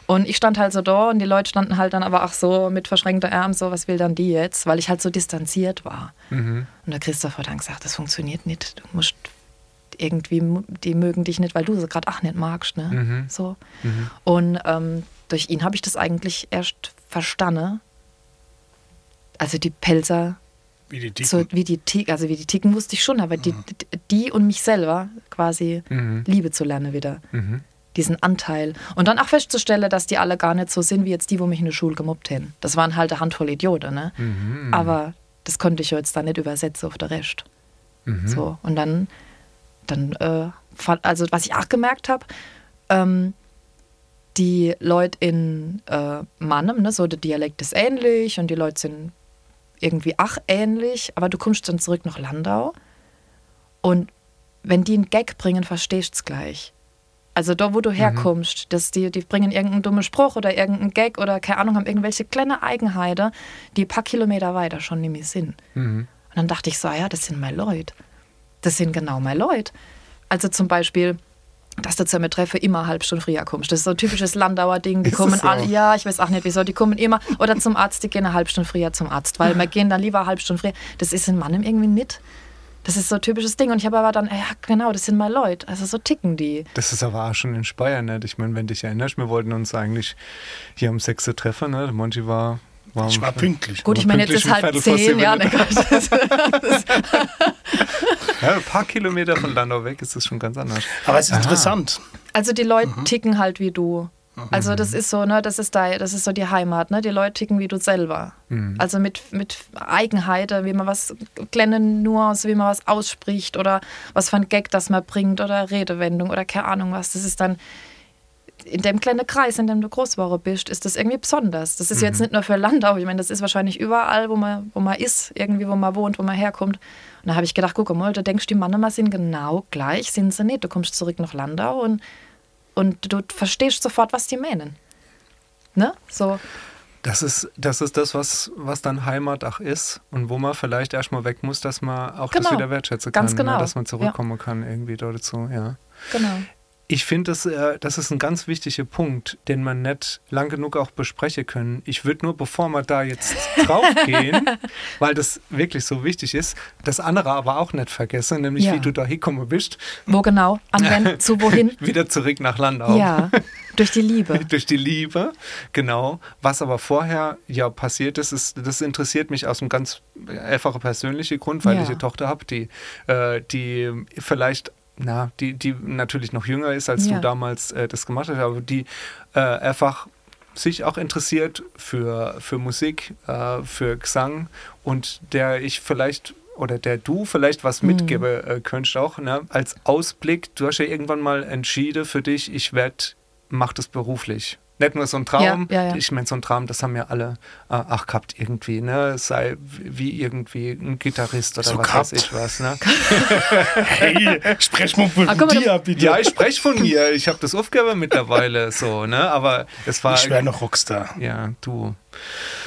Und ich stand halt so da und die Leute standen halt dann aber auch so mit verschränkter Arm, so, was will dann die jetzt? Weil ich halt so distanziert war. Und der Christoph hat dann gesagt, das funktioniert nicht. Du musst irgendwie, mu- die mögen dich nicht, weil du sie gerade ach nicht magst. Ne? So. Und ähm, durch ihn habe ich das eigentlich erst verstanden. Also die Pelzer
Wie die Dicken.
so wie die Ticken, also wie die Ticken wusste ich schon, aber die, die und mich selber quasi Liebe zu lernen wieder. Diesen Anteil. Und dann auch festzustellen, dass die alle gar nicht so sind wie jetzt die, wo mich in der Schule gemobbt haben. Das waren halt eine Handvoll Idioten, ne? Aber das konnte ich ja jetzt da nicht übersetzen auf der Rest. So, und dann, dann äh, fa- also was ich auch gemerkt habe, ähm, die Leute in äh, Mannem, ne, so der Dialekt ist ähnlich und die Leute sind irgendwie ach ähnlich, aber du kommst dann zurück nach Landau und wenn die einen Gag bringen, verstehst du es gleich. Also da, wo
Mhm.
du herkommst, dass die, die bringen irgendeinen dummen Spruch oder irgendeinen Gag oder keine Ahnung, haben irgendwelche kleine Eigenheiten, die ein paar Kilometer weiter schon nämlich sind.
Mhm.
Und dann dachte ich so, ah ja, das sind meine Leute. Das sind genau meine Leute. Also zum Beispiel, dass du zusammen treffe, immer halb Stunde früher kommst. Das ist so ein typisches Landauer-Ding. Die
Ist
kommen
es so?
alle, ja, ich weiß auch nicht wieso, die kommen immer. Oder zum Arzt, die gehen eine halbe Stunde früher zum Arzt,
Ah.
weil wir gehen dann lieber eine halbe Stunde früher. Das ist in Mannheim irgendwie nicht. Das ist so ein typisches Ding. Und ich habe aber dann, ja, genau, das sind meine Leute. Also so ticken die.
Das ist aber auch schon in Speyer, ne? Ich meine, wenn dich erinnerst, wir wollten uns eigentlich hier am 6. treffen, ne? Der Monty war. war
Ich
um-
war pünktlich.
Gut,
Aber
ich meine, jetzt
pünktlich
ist
um Viertel vor
halb zehn. Ja,
sieben.
ne, Gott, das, das,
Ja, ein paar Kilometer von Landau weg ist das schon ganz anders.
Aber es ist interessant.
Also die Leute ticken halt wie du. Also das ist so, ne, das ist da, das ist so die Heimat, ne? Die Leute ticken wie du selber. Also mit, mit Eigenheiten, wie man was kleine Nuance, wie man was ausspricht oder was für ein Gag das man bringt oder Redewendung oder keine Ahnung was. Das ist dann in dem kleinen Kreis, in dem du groß geworden bist, ist das irgendwie besonders. Das ist jetzt nicht nur für Landau, ich meine, das ist wahrscheinlich überall, wo man, wo man ist, irgendwie, wo man wohnt, wo man herkommt. Und da habe ich gedacht, guck mal, du denkst, die Mannheimer sind genau gleich, sind sie nicht. Du kommst zurück nach Landau und, und du verstehst sofort, was die meinen. Ne? So,
Das ist, das ist das, was, was dann Heimat auch ist und wo man vielleicht erstmal weg muss, dass man auch das
Genau.
wieder wertschätzen
Ganz
kann,
genau.
ne? dass man zurückkommen kann irgendwie dazu, ja.
genau.
Ich finde, das, äh, das ist ein ganz wichtiger Punkt, den man nicht lang genug auch besprechen können. Ich würde nur, bevor wir da jetzt draufgehen, weil das wirklich so wichtig ist, das andere aber auch nicht vergessen, nämlich
Ja.
wie du da hingekommen bist,
Wo genau? Anwenden? zu wohin?
wieder zurück nach Landau.
Ja, durch die Liebe.
Durch die Liebe, genau. Was aber vorher ja passiert ist, ist das interessiert mich aus einem ganz äh, einfachen persönlichen Grund, weil
Ja.
ich eine Tochter habe, die, äh, die vielleicht, na, die, die natürlich noch jünger ist, als
Ja.
du damals äh, das gemacht hast, aber die äh, einfach sich auch interessiert für, für Musik, äh, für Gesang und der ich vielleicht oder der du vielleicht
Mhm.
was mitgebe äh, könntest auch, ne? als Ausblick, du hast ja irgendwann mal entschieden für dich, ich werde, mach das beruflich. Nicht nur so ein Traum,
Ja, ja, ja.
ich meine, so ein Traum, das haben ja alle äh, ach gehabt irgendwie, ne? Sei wie irgendwie ein Gitarrist oder
So
was weiß
gehabt.
ich was, ne?
Hey, sprech mal von
Ah, guck mal,
dir, bitte.
Ja, ich spreche von mir, ich habe das aufgegeben mittlerweile, so, ne? Aber es war.
ich wäre noch Rockstar
ja, du.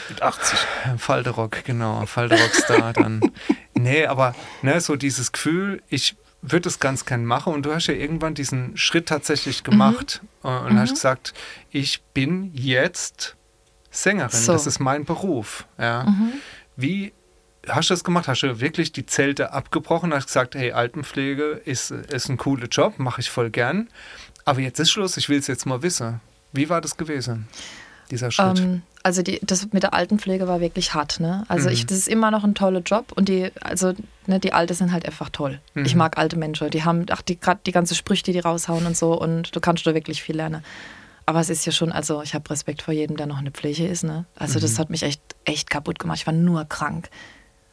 mit 80.
Ah.
Falderock, genau, Falderock-Star dann. nee, aber ne, so dieses Gefühl, ich würde das ganz gern machen und du hast ja irgendwann diesen Schritt tatsächlich gemacht äh, und hast gesagt, ich bin jetzt Sängerin,
So.
das ist mein Beruf. Ja. Wie hast du das gemacht? Hast du wirklich die Zelte abgebrochen, hast gesagt, hey, Altenpflege ist, ist ein cooler Job, mache ich voll gern, aber jetzt ist Schluss, ich will es jetzt mal wissen. Wie war das gewesen, dieser Schritt?
Ähm, also die, das mit der Altenpflege war wirklich hart. Ne? Also ich, das ist immer noch ein toller Job und die, also ne, die Alte sind halt einfach toll. Ich mag alte Menschen. Die haben, ach, die gerade die ganze Sprüche, die die raushauen und so und du kannst da wirklich viel lernen. Aber es ist ja schon, also ich habe Respekt vor jedem, der noch eine Pflege ist. Ne? Also das hat mich echt, echt kaputt gemacht. Ich war nur krank.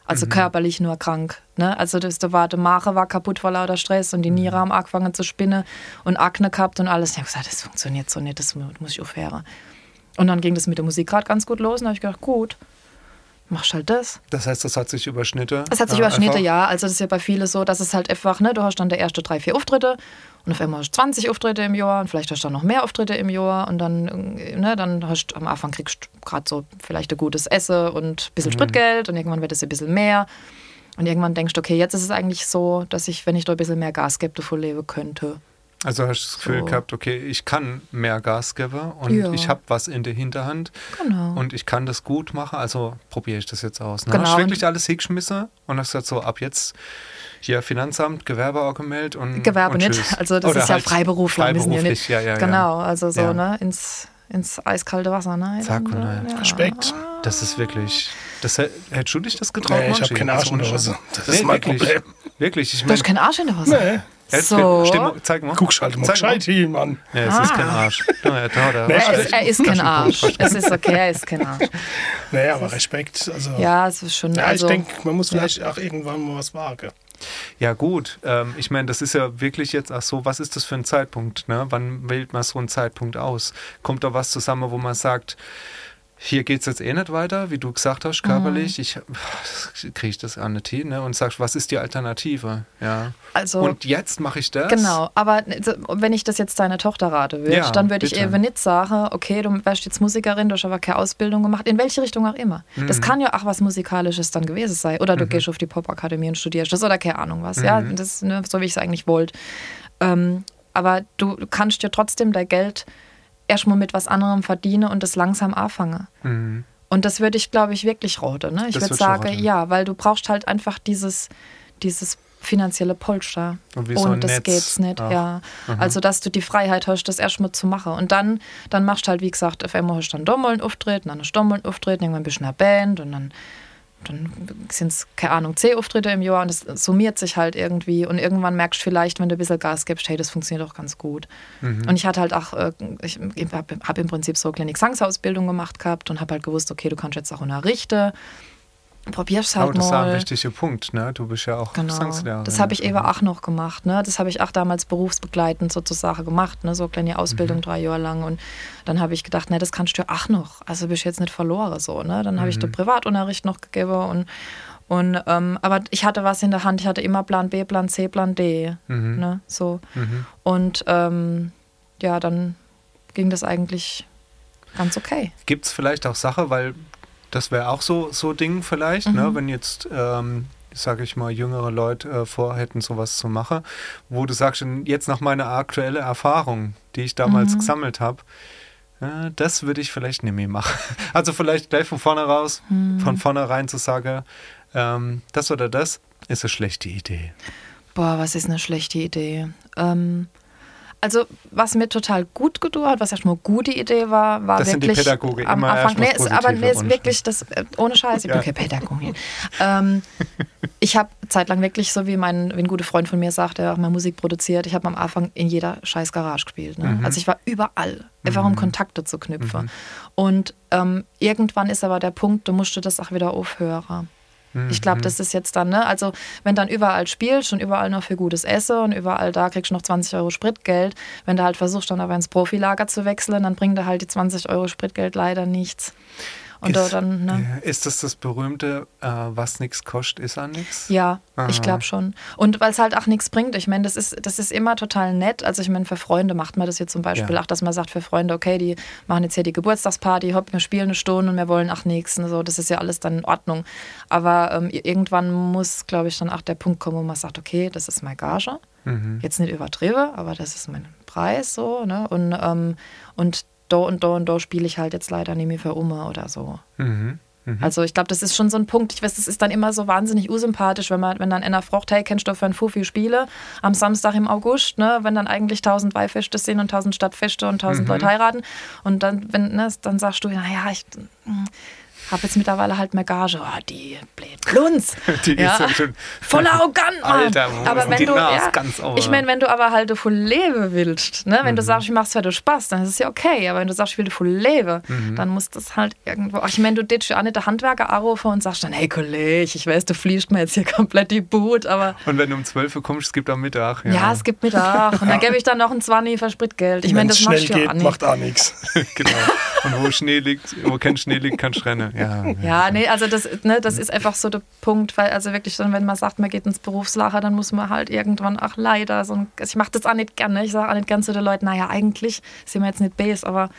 Also körperlich nur krank. Ne? Also das, da war, der Mare war kaputt vor lauter Stress und die Niere haben angefangen zu spinnen und Akne gehabt und alles. Ich habe gesagt, das funktioniert so nicht, das mu- muss ich aufhören. Und dann ging das mit der Musik gerade ganz gut los und habe ich gedacht, gut, machst halt das.
Das heißt, das hat sich überschnitten.
Es hat sich
Ja,
überschnitten,
einfach.
ja. Also das ist ja bei vielen so, dass es halt einfach, ne, du hast dann der erste drei, vier Auftritte und auf einmal hast du 20 Auftritte im Jahr und vielleicht hast du dann noch mehr Auftritte im Jahr und dann, äh, ne, dann hast du am Anfang kriegst du gerade so vielleicht ein gutes Essen und ein bisschen
Mhm.
Spritgeld und irgendwann wird es ein bisschen mehr. Und irgendwann denkst du, okay, jetzt ist es eigentlich so, dass ich, wenn ich da ein bisschen mehr Gas gebe, davon leben könnte.
Also hast du das Gefühl
So.
gehabt, okay, ich kann mehr Gas geben und
Ja.
ich habe was in der Hinterhand
Genau.
und ich kann das gut machen, also probiere ich das jetzt aus. Ne?
Genau,
Hast du wirklich
und-
alles hingeschmissen und hast gesagt, so ab jetzt hier Finanzamt, Gewerbe auch gemeldet und.
Gewerbe
Mhm. und
nicht.
tschüss.
Also das
Oder
ist ja
halt
Freiberufler, müssen ja
freiberuflich,
nicht.
Ja, ja,
genau, also so,
Ja.
ne, ins, ins eiskalte Wasser, ne?
Ja. Zack und
Dann,
nein.
Respekt.
Das ist wirklich. Das, hä- hättest du dich das getraut?
Nee, ich
Manchi?
habe keine
Also ohne
Arschenhose.
Scheiß.
Das ist mein
wirklich,
Problem.
Wirklich, ich
Du
meine.
hast keinen Arsch in der Hose.
Nee.
So.
zeig mal.
Guck halt mal
Zeig mal.
gescheit hin, Mann.
Ja, es ist kein Arsch. Ah, Ja, ja, da, da.
Nee,
hast du
also-
recht.
Ah. Er ist kein Arsch. Es ist okay, er ist kein Arsch.
Naja, aber Respekt. Also, ja,
Ja, es ist schon. also,
ich denke, man muss vielleicht auch irgendwann mal was wagen.
ja gut, ähm, ich meine, das ist ja wirklich jetzt, ach so, was ist das für ein Zeitpunkt? Ne? Wann wählt man so einen Zeitpunkt aus? Kommt da was zusammen, wo man sagt, hier geht es jetzt eh nicht weiter, wie du gesagt hast,
Mhm.
körperlich, ich kriege ich das an nicht hin ne? und sagst, was ist die Alternative? Ja.
also
Und jetzt mache ich das?
genau. Aber so, wenn ich das jetzt deiner Tochter rate würde,
Ja,
dann würde ich
bitte.
eben nicht sagen, okay, du wärst jetzt Musikerin, du hast aber keine Ausbildung gemacht, in welche Richtung auch immer.
Mhm.
Das kann ja auch was Musikalisches dann gewesen sein. Oder du gehst auf
Mhm.
die Popakademie und studierst das oder keine Ahnung was. Ja, das, ne, so wie ich es eigentlich wollte. Ähm, aber du kannst dir trotzdem dein Geld erstmal mit was anderem verdienen und das langsam anfangen.
Mhm.
Und das würde ich, glaube ich, wirklich roten. Ne? Ich
Das
würde
würd schon
sagen,
roten.
ja, weil du brauchst halt einfach dieses, dieses finanzielle Polster.
Und wie so
Ohne
ein
das
Netz
geht's nicht,
auch.
ja.
Mhm.
Also, dass du die Freiheit hast, das erstmal zu machen. Und dann, dann machst du halt, wie gesagt, auf einmal hast du dann Dommeln auftreten, dann hast du Dommeln auftreten, irgendwann bist du in einer Band und dann, dann sind es, keine Ahnung, zehn Auftritte im Jahr und es summiert sich halt irgendwie. Und irgendwann merkst du vielleicht, wenn du ein bisschen Gas gibst, hey, das funktioniert auch ganz gut.
Mhm.
Und ich hatte halt auch, äh, ich habe hab im Prinzip so eine kleine Gesangsausbildung gemacht gehabt und habe halt gewusst, okay, du kannst jetzt auch unterrichten. Probier's
Oh,
halt mal.
das war ein wichtiger Punkt, ne? Du bist ja auch Mhm. Gesangslehrerin.
Genau. Das habe ich eh eben auch noch gemacht. Ne? Das habe ich auch damals berufsbegleitend sozusagen gemacht. Ne? So eine kleine Ausbildung drei Jahre lang. Und dann habe ich gedacht, ne, das kannst du ja auch noch. Also bist du jetzt nicht verloren. So, ne? Dann habe ich den Privatunterricht noch gegeben. Und, und, ähm, aber ich hatte was in der Hand. Ich hatte immer Plan B, Plan C, Plan D. Ne? So. Und ähm, ja, dann ging das eigentlich ganz okay.
Gibt es vielleicht auch Sache, weil das wäre auch so so Ding vielleicht,
Mhm.
ne? wenn jetzt, ähm, sage ich mal, jüngere Leute äh, vorhätten, sowas zu machen, wo du sagst, jetzt nach meiner aktuellen Erfahrung, die ich
Mhm.
damals gesammelt habe, äh, das würde ich vielleicht nicht mehr machen. Also vielleicht gleich von vorne raus,
Mhm.
von vornherein zu sagen, ähm, das oder das ist eine schlechte Idee.
Boah, was ist eine schlechte Idee. Ähm, also, was mir total gut getan hat, was erstmal gute Idee war, war
Das sind die
wirklich
Pädagogen
am
immer
Anfang.
erstmal
Nee,
das
ist, aber
Positive
nee, ist
und-
wirklich das äh, ohne Scheiß. Ich
Ja.
bin keine Pädagogin. ähm, ich habe zeitlang wirklich, so wie mein wie ein guter Freund von mir sagt, der auch mal Musik produziert, ich habe am Anfang in jeder scheiß Garage gespielt. Ne? Also ich war überall, einfach um Kontakte zu knüpfen. Und ähm, irgendwann ist aber der Punkt, du musst das auch wieder aufhören. Ich glaube, das ist jetzt dann, ne? Also, wenn dann überall spielst und überall noch für gutes Essen und überall da kriegst du noch 20 Euro Spritgeld, wenn du halt versuchst, dann aber ins Profilager zu wechseln, dann bringt dir halt die 20 Euro Spritgeld leider nichts. Und da
ist,
dann, ne?
äh, ist das das berühmte, äh, was nichts kostet, ist an Ah. nichts?
Ja,
Aha.
ich glaube schon. Und weil es halt auch nichts bringt. Ich meine, das ist, das ist immer total nett. Also ich meine, für Freunde macht man das hier zum Beispiel
Ja.
auch, dass man sagt, für Freunde, okay, die machen jetzt hier die Geburtstagsparty, hopp, wir spielen eine Stunde und wir wollen auch nichts. und So, das ist ja alles dann in Ordnung. Aber ähm, irgendwann muss, glaube ich, dann auch der Punkt kommen, wo man sagt, okay, das ist meine Gage.
Mhm.
Jetzt nicht übertriebe, aber das ist mein Preis so, ne? Und, ähm, und da und da und da spiele ich halt jetzt leider nicht mehr für Oma oder so.
Mhm.
Also ich glaube, das ist schon so ein Punkt. Ich weiß, das ist dann immer so wahnsinnig unsympathisch, wenn man, wenn dann einer fragt, hey, kennst du für einen Fufi Spiele am Samstag im August, ne? Wenn dann eigentlich tausend Weihfeste sind und tausend Stadtfeste und tausend Leute heiraten und dann, wenn, ne, dann sagst du, naja, ich habe jetzt mittlerweile halt mehr Gage. Oh, die blöd Plunz.
Die ist ja schon-
Voll arrogant, Mann.
Alter, wo ist
aber wenn
die
du,
Nase
ja,
ganz Mhm. oben?
ich meine, wenn du aber halt voll leben willst, ne? wenn du sagst, ich mach's für den Spaß, dann ist es ja okay. Aber wenn du sagst, ich will voll leben,
Mhm.
dann muss das halt irgendwo. Ach, ich meine, du ditchst ja auch nicht der Handwerker anrufen und sagst dann, hey Kollege, ich weiß, du fliehst mir jetzt hier komplett die Boot, aber
Und wenn du um 12 Uhr kommst, es gibt am Mittag.
ja, es gibt Mittag. Und dann gebe ich dann noch ein Zwanni für Spritgeld. Ich meine,
Wenn's
das machst
schnell
du ja auch
geht,
nicht.
macht auch nichts.
genau. Und wo Schnee liegt, wo kein Schnee liegt, kann ich rennen. Ja,
Ja, nee, also das, ne, das ist einfach so der Punkt, weil also wirklich, dann, wenn man sagt, man geht ins Berufslager, dann muss man halt irgendwann, ach leider, so ein, also ich mache das auch nicht gerne, ich sage auch nicht gern zu den Leuten, naja, eigentlich sind wir jetzt nicht Bs, aber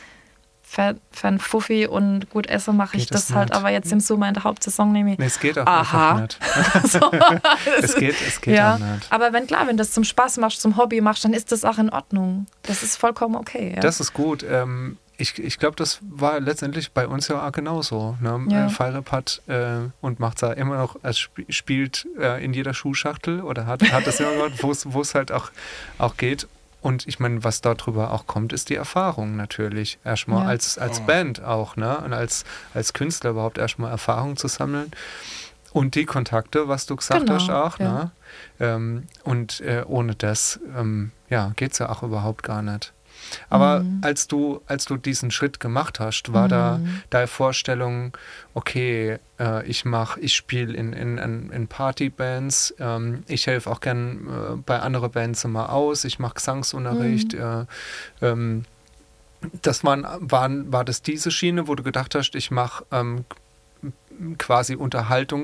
für, für einen Fuffi und gut essen mache ich
Geht das
das, halt,
nicht.
aber jetzt im Sommer in der Hauptsaison nehme ich.
Nee, es geht auch
Aha.
einfach
so,
nicht. Es geht, es geht
ja, Ah,
auch nicht.
aber wenn klar, wenn das zum Spaß machst, zum Hobby machst, dann ist das auch in Ordnung. Das ist vollkommen okay. Ja.
Das ist gut. Ähm, ich ich glaube, das war letztendlich bei uns ja auch genauso. Ne?
Ja.
Äh, Feirep hat äh, und macht da immer noch, es sp spielt äh, in jeder Schuhschachtel oder hat, hat das immer gemacht, wo es halt auch, auch geht. Und ich meine, was darüber auch kommt, ist die Erfahrung natürlich. Erstmal
Ja.
als, als Band auch, ne? Und als, als Künstler überhaupt erstmal Erfahrung zu sammeln. Und die Kontakte, was du gesagt
Genau,
hast, auch,
ja.
ne? Ähm, und äh, ohne das, ähm, ja, geht's ja auch überhaupt gar nicht. Aber
Mhm.
als du, als du diesen Schritt gemacht hast, war da
Mhm.
deine Vorstellung, okay, äh, ich mach, ich spiele in, in, in, in Partybands, ähm, ich helfe auch gern äh, bei anderen Bands immer aus, ich mache Gesangsunterricht.
Mhm.
Äh, ähm, das waren, waren, war das diese Schiene, wo du gedacht hast, ich mache ähm, quasi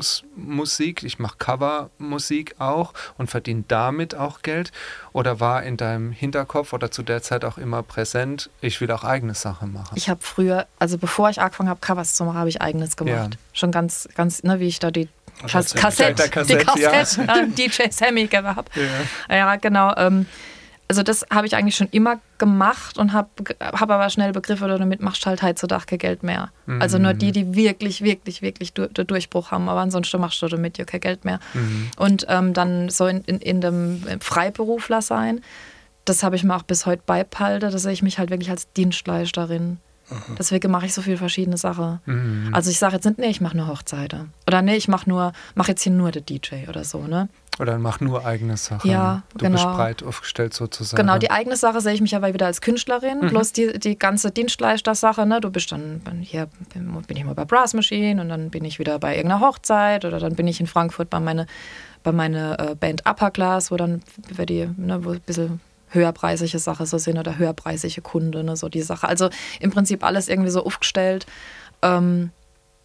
Unterhaltungsmusik, ich mache Covermusik auch und verdiene damit auch Geld? Oder war in deinem Hinterkopf oder zu der Zeit auch immer präsent, ich will auch eigene Sachen machen?
Ich habe früher, also bevor ich angefangen habe, Covers zu machen, habe ich eigenes gemacht.
Ja.
Schon ganz, ganz, ne, wie ich da die Kas
Also
Kassette,
Kassette,
die
ja.
Kassette, ja. DJ Sammy gehabt habe. Ja, genau. Ähm, also das habe ich eigentlich schon immer gemacht und habe hab aber schnell begriffen, oder damit machst du halt halt so kein Geld mehr. Also nur die, die wirklich, wirklich, wirklich du, den Durchbruch haben, aber ansonsten machst du damit ja kein Geld mehr. Und ähm, dann so in, in, in dem äh, Freiberufler sein, das habe ich mir auch bis heute beibehalten, da sehe ich mich halt wirklich als Dienstleisterin. Deswegen mache ich so viel verschiedene Sachen. Also ich sage jetzt nicht, nee, ich mache nur Hochzeiten. Oder nee, ich mache nur, mache jetzt hier nur den DJ oder so, ne?
Oder mach nur eigene Sachen.
Ja,
du bist
genau.
breit aufgestellt sozusagen.
Genau, die eigene Sache sehe ich mich aber wieder als Künstlerin. Bloß die, die ganze Dienstleister-Sache, ne? Du bist dann dann hier, bin bin ich mal bei Brass Machine und dann bin ich wieder bei irgendeiner Hochzeit oder dann bin ich in Frankfurt bei meiner bei meine, äh, Band Upper Class, wo dann für die, ne, wo ein bisschen höherpreisige Sache so sind oder höherpreisige Kunde, ne? So die Sache. Also im Prinzip alles irgendwie so aufgestellt. Ähm,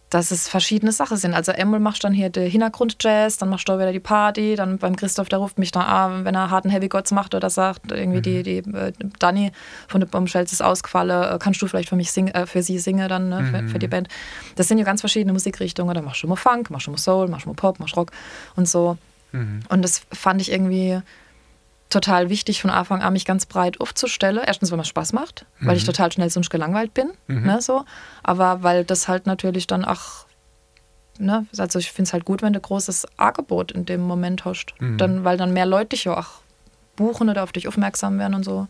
dass es verschiedene Sachen sind. Also einmal machst du dann hier den Hintergrundjazz, dann machst du wieder die Party, dann beim Christoph, der ruft mich dann an, wenn er harten Heavy Gods macht oder sagt, irgendwie die, die äh, Dani von der Bombshells ist ausgefallen, äh, kannst du vielleicht für mich singen, äh, für sie singen dann, ne, für, für die Band. Das sind ja ganz verschiedene Musikrichtungen. Dann machst du mal Funk, machst du mal Soul, machst du mal Pop, machst Rock und so. Und das fand ich irgendwie total wichtig von Anfang an, mich ganz breit aufzustellen. Erstens, weil mir Spaß macht, weil ich
Mhm.
total schnell sonst gelangweilt bin. Ne, so. Aber weil das halt natürlich dann auch, ne, also ich finde es halt gut, wenn du großes Angebot in dem Moment hast.
Mhm.
Dann, weil dann mehr Leute dich ja auch buchen oder auf dich aufmerksam werden und so.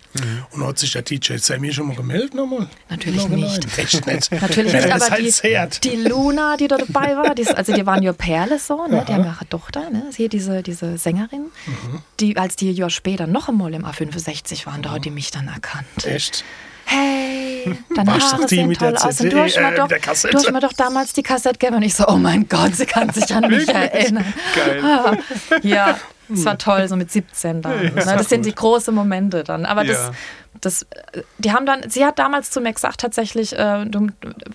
Und hat sich der DJ Sammy schon mal gemeldet nochmal?
Natürlich
Im Nachhinein?
nicht.
Echt nicht.
Natürlich
Wenn
nicht,
er das
aber
halt zehrt.
die, die Luna, die da dabei war, die ist, also die waren ja Perle so, ne? die haben ja auch eine Tochter, ne? hier diese, diese Sängerin,
Mhm.
die, als die Jahr später noch einmal im A65 waren, da hat die mich dann erkannt.
Echt?
Hey, deine
Warst doch
Haare
die
sehen
mit
toll
der
aus.
CD,
Und du hast
äh,
mir doch,
der Kassette.
du hast mir doch damals die Kassette gegeben. Und ich so, oh mein Gott, sie kann sich an mich erinnern.
Geil.
Ja, es war toll, so mit 17 dann. ne? Das sind die großen Momente dann. Aber
Ja.
das, das, äh, die haben dann, sie hat damals zu mir gesagt, tatsächlich, äh, du,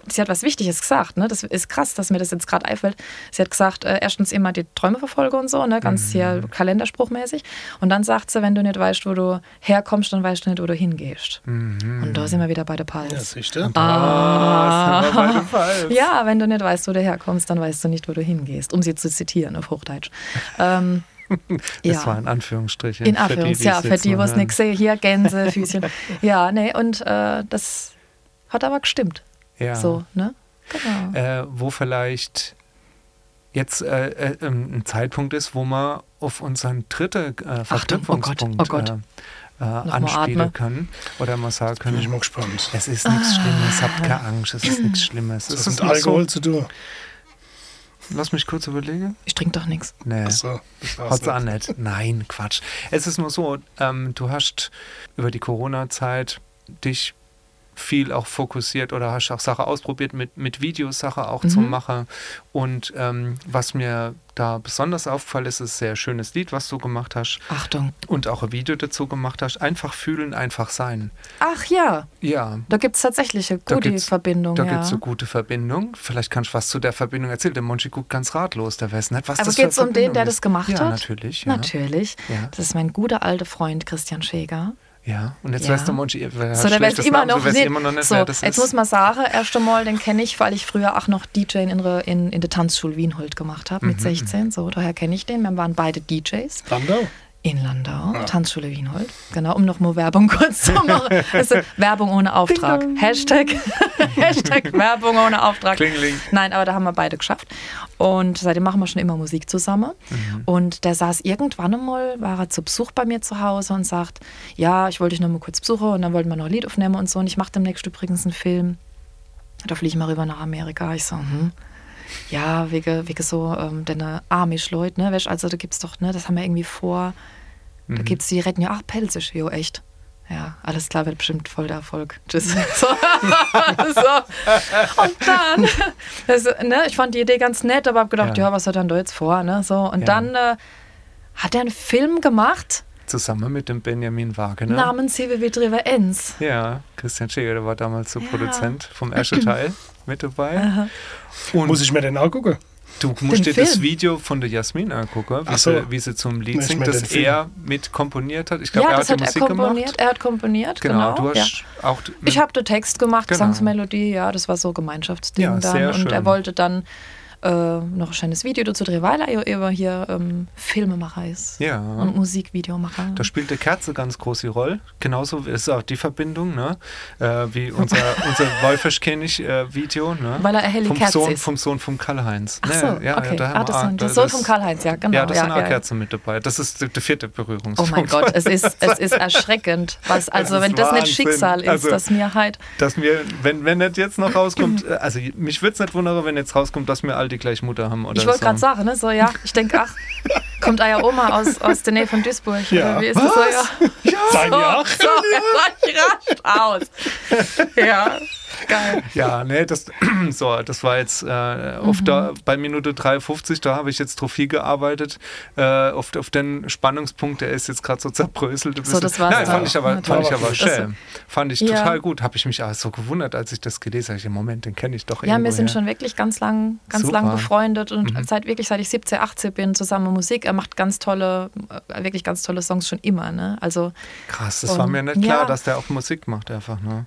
sie hat was Wichtiges gesagt, ne? Das ist krass, dass mir das jetzt gerade einfällt. Sie hat gesagt, äh, erstens immer die Träume verfolge und so, ne? Ganz hier kalenderspruchmäßig. Und dann sagt sie, wenn du nicht weißt, wo du herkommst, dann weißt du nicht, wo du hingehst. Und da sind wir wieder bei der Pals.
Ja, siehst du?
Ah, das war Fall.
Ja, wenn du nicht weißt, wo du herkommst, dann weißt du nicht, wo du hingehst, um sie zu zitieren auf Hochdeutsch. Ähm,
Das
ja.
war in Anführungsstrichen.
in
für die,
Anführungs,
die
ja,
es
für
jetzt
die,
nur
wo es
hören.
nichts sehe, hier Gänse, Füßchen. ja, nee, und äh, das hat aber gestimmt.
Ja.
So, ne? Genau.
äh, wo vielleicht jetzt äh, äh, ähm, ein Zeitpunkt ist, wo man auf unseren dritten äh,
Achtung, oh Gott,
Verknüpfungspunkt
oh Gott.
Äh, äh,
mal
anspielen
atmen.
können oder man sagen
Bin ich
können,
mal gespannt.
es ist nichts Schlimmes, habt
Ah.
keine Angst, es ist nichts Schlimmes.
Das
Es
hat
ist
mit
nur so,
Alkohol zu tun.
lass mich kurz überlegen.
Ich trinke doch nichts.
Nee.
Achso, das war's
Hat's
nicht.
auch nicht. Nein, Quatsch. Es ist nur so, ähm, du hast über die Corona-Zeit dich viel auch fokussiert oder hast auch Sachen ausprobiert, mit, mit Videos Sache auch
Mhm.
zu machen. Und ähm, was mir da besonders aufgefallen ist, ist ein sehr schönes Lied, was du gemacht hast
Achtung.
und auch ein Video dazu gemacht hast. Einfach fühlen, einfach sein.
Ach ja,
Ja,
da gibt es tatsächlich eine
da
gute
gibt's-
Verbindung.
Da
ja.
gibt es eine gute Verbindung. Vielleicht kannst du was zu der Verbindung erzählen. Der Monchi guckt ganz ratlos, der weiß nicht, was
Aber
das für eine
geht's um den,
Verbindung
der das
ist.
gemacht
Ja,
hat?
natürlich. Ja.
Natürlich.
Ja.
Das ist mein guter alter Freund Christian Schäger.
Ja, und jetzt
Ja.
weißt du, Monchi, wer
So, der weiß
schlechtes
immer
Namen,
noch
du weißt
nicht.
immer noch nicht,
so,
wer das
jetzt
ist.
muss man sagen, erst einmal, den kenne ich, weil ich früher auch noch DJ in, der- in, in der Tanzschule Wienhold gemacht habe,
Mhm,
mit 16. So, daher kenne ich den. Wir waren beide DJs
Landau?
in Landau, Tanzschule Wienhold. Genau, um noch mal Werbung kurz zu machen. Das ist Werbung ohne Auftrag. Hashtag, Hashtag Werbung ohne Auftrag.
Klingeling.
Nein, aber da haben wir beide geschafft. Und seitdem machen wir schon immer Musik zusammen. Und der saß irgendwann einmal, war er zu Besuch bei mir zu Hause und sagt, ja, ich wollte dich noch mal kurz besuchen und dann wollten wir noch ein Lied aufnehmen und so. Und ich mache demnächst übrigens einen Film. Da fliege ich mal rüber nach Amerika. Ich so, hm. Ja, wegen, wegen so ähm, deine Amish-Leute, ne? weißt du, Also da gibt's doch, ne, das haben wir irgendwie vor.
Mhm.
Da gibt's, die retten ja, ach, Pelzisch, jo, echt. Ja, alles klar, wird bestimmt voll der Erfolg. Tschüss. So. so. Und dann, also, ne, ich fand die Idee ganz nett, aber hab gedacht,
Ja.
ja, was hat er denn da jetzt vor, ne? So. Und
Ja.
dann äh, hat er einen Film gemacht
Zusammen mit dem Benjamin Wagener.
namens Hebe wie Driver Enz.
Ja, Christian Schäger, der war damals so
Ja.
Produzent vom ersten Teil mit dabei. Und
Muss ich mir den angucken?
du musst dir
Den
das
Film?
Video von der Jasmin angucken, wie,
Ach so.
sie, wie sie zum Lied
Nicht
singt,
mehr
das
den Film.
er mit komponiert hat. Ich glaube, er hat
das
die Musik
er komponiert.
gemacht.
Er hat komponiert, genau.
Genau, du
ja.
hast auch mit
Ich habe den Text gemacht,
Mhm. Genau.
Gesangsmelodie, ja, das war so Gemeinschaftsding
Ja, sehr
dann. Und
schön.
er wollte dann äh, noch ein schönes Video dazu drehen, weil er ja immer hier ähm, Filmemacher ist
Ja.
und Musikvideomacher.
Da spielt der Kerze ganz große Rolle. Genauso ist auch die Verbindung, ne? Äh, wie unser, unser Wolfischkönig-Video, ne?
Weil er eine helle
vom
Kerze
Sohn,
ist.
Vom Sohn vom Karl-Heinz.
Ach
Ne,
so,
ja,
okay.
ja, da haben
ah,
wir-
das,
ah,
war-
da-
das Sohn
das-
vom Karl-Heinz, ja, genau.
Ja, das ist eine
ja.
Kerze mit dabei. Das ist der, der vierte
Oh
Berührungspunkt.
mein Gott, es ist, es ist erschreckend. Was, also,
ist
wenn das nicht
Wahnsinn.
Schicksal ist,
Also-
dass mir halt.
Dass mir, wenn, wenn das jetzt noch rauskommt, äh, also mich würde es nicht wundern, wenn jetzt rauskommt, dass wir all die gleiche Mutter haben. Oder
Ich wollte
so.
gerade sagen, ne? So, ja, ich denke, ach, kommt euer Oma aus, aus der Nähe von Duisburg.
Ja.
Oder wie ist das so? Ja.
Dein
So,
Jahr?
so, ich rascht aus. Ja, geil.
Ja, nee, das, so, das war jetzt äh, auf
Mhm.
da, bei Minute 53, da habe ich jetzt drauf viel gearbeitet, äh, auf, auf den Spannungspunkt, der ist jetzt gerade so zerbröselt. ein
So, das
bisschen.
war's
Nein,
dann.
fand ich aber,
Na,
fand ich
toll.
aber
Das-
schön. Fand ich
Ja.
total gut. Habe ich mich auch so gewundert, als ich das gelesen habe. Ich, Moment, den kenne ich doch
Ja,
irgendwo
wir sind
her.
schon wirklich ganz lang, ganz
Super. Mhm.
lang befreundet und seit wirklich seit ich 17, 18 bin zusammen Musik. Er macht ganz tolle, äh, wirklich ganz tolle Songs schon immer. Ne? Also
Krass, das war
Und-
mir nicht klar,
ja.
dass der auch Musik macht einfach. Ne?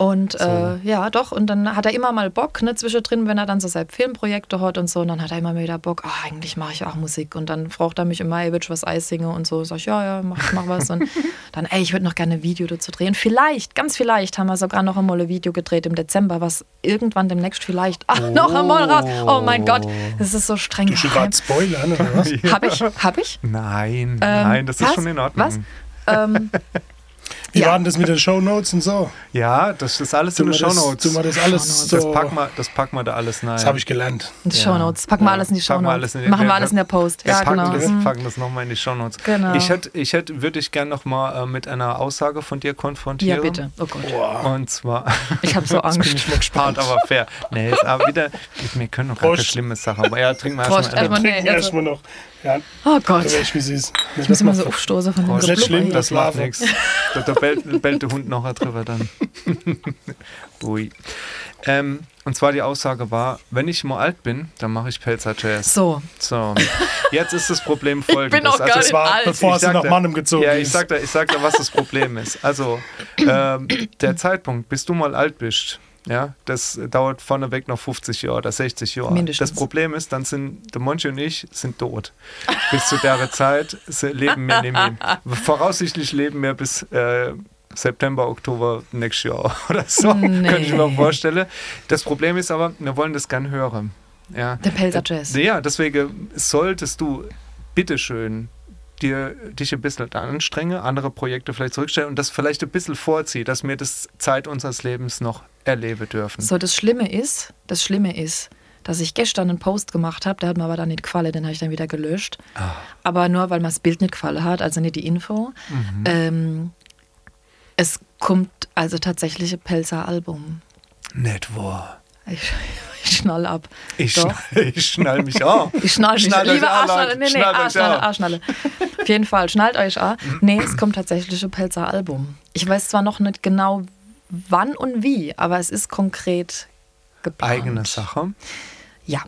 Und
So.
äh, ja, doch. Und dann hat er immer mal Bock, ne, zwischendrin, wenn er dann so seine Filmprojekte hat und so. Und dann hat er immer wieder Bock, ah, eigentlich mache ich auch Musik. Und dann fragt er mich immer, ey, Bitch, was Eis singe und so. Sag ich, ja, ja, mach, mach was. Und dann, ey, ich würde noch gerne ein Video dazu drehen. Vielleicht, ganz vielleicht haben wir sogar noch einmal ein Video gedreht im Dezember, was irgendwann demnächst vielleicht ach, noch einmal raus. Oh mein Gott, das ist so streng.
Du schon gerade spoilern, oder was?
Hab ich? Hab ich?
Nein,
Ähm,
nein, das ist
was?
schon in Ordnung.
Was? Ähm,
Wie
Ja.
war denn das mit den Show Notes und so?
Ja, das ist alles in
Tun
den
wir das, tun
Shownotes.
wir das
Shownotes.
alles
Das
so.
packen wir, das packen wir da alles rein.
Das habe ich gelernt.
in die
Ja.
Shownotes. Packen wir
Ja.
alles in die
Packen wir
Shownotes.
alles in die-
Machen wir
wir-
alles in der Post.
Wir
Ja,
packen,
genau.
das, packen das nochmal in die Shownotes.
Genau.
Ich hätte, ich hätte, würde ich gerne nochmal äh, mit einer Aussage von dir konfrontieren.
Ja, bitte. Oh Gott.
Boah,
Und zwar,
Ich habe so
jetzt bin
Angst.
ich mal gespannt.
hart, aber fair. Nee, ist aber wieder, wir können noch gar keine
Prost.
schlimme Sache. Aber ja, trinken wir
Prost,
erstmal.
erstmal-
einen.
Trinken
Nee,
wir
also-
erstmal noch. Ja, da
Oh Gott.
wäre ich wie sie ist.
Ich muss immer so aufstoßen von dem
Prost.
Ist nicht
Geblubber
schlimm,
hier.
das
Das macht
Lava.
nichts. Da, da bellt, bellt der Hund nachher drüber dann. Ui. Ähm, und zwar die Aussage war, wenn ich mal alt bin, dann mache ich Pelzer Jazz.
So,
So, jetzt ist das Problem folgendes.
bin auch gar
also,
Das war,
Alt.
bevor
Ich
sie
sag
nach
dir-
Mannheim gezogen
Ja, ich
ist.
sag da, ich sag da, was das Problem ist. Also, ähm, der Zeitpunkt, bis du mal alt bist, ja, das dauert vorneweg noch 50 Jahre oder 60 Jahre.
Mindestens.
Das Problem ist, dann sind der Monchi und ich sind tot. Bis zu der Zeit se- leben wir neben ihm. Voraussichtlich leben wir bis äh, September, Oktober nächstes Jahr oder so.
Nee.
Könnte ich mir vorstellen. Das Problem ist aber, wir wollen das gern hören. Ja.
der Pelzer Jazz.
Äh, Ja, deswegen solltest du bitteschön dir dich ein bisschen anstrengen, andere Projekte vielleicht zurückstellen und das vielleicht ein bisschen vorziehen, dass wir das Zeit unseres Lebens noch erleben dürfen.
So, das Schlimme ist, das Schlimme ist, dass ich gestern einen Post gemacht habe, der hat mir aber dann nicht gefallen, den habe ich dann wieder gelöscht.
Ah.
Aber nur, weil mir das Bild nicht gefallen hat, also nicht die Info.
Mhm.
Ähm, es kommt also tatsächlich ein Pelzer Album.
Nicht wahr.
Ich, ich schnall ab.
Ich,
Doch.
schnall, ich schnall mich an.
Ich schnall mich.
Schnallt euch
Liebe
an, Leute.
Arschnalle. Nee, nee,
Schnallt euch
Arschnalle,
an.
Arschnalle. Auf jeden Fall, schnallt euch an. Nee, es kommt tatsächlich ein Pelzer Album. Ich weiß zwar noch nicht genau, wann und wie, aber es ist konkret geplant.
Eigene Sache.
Ja.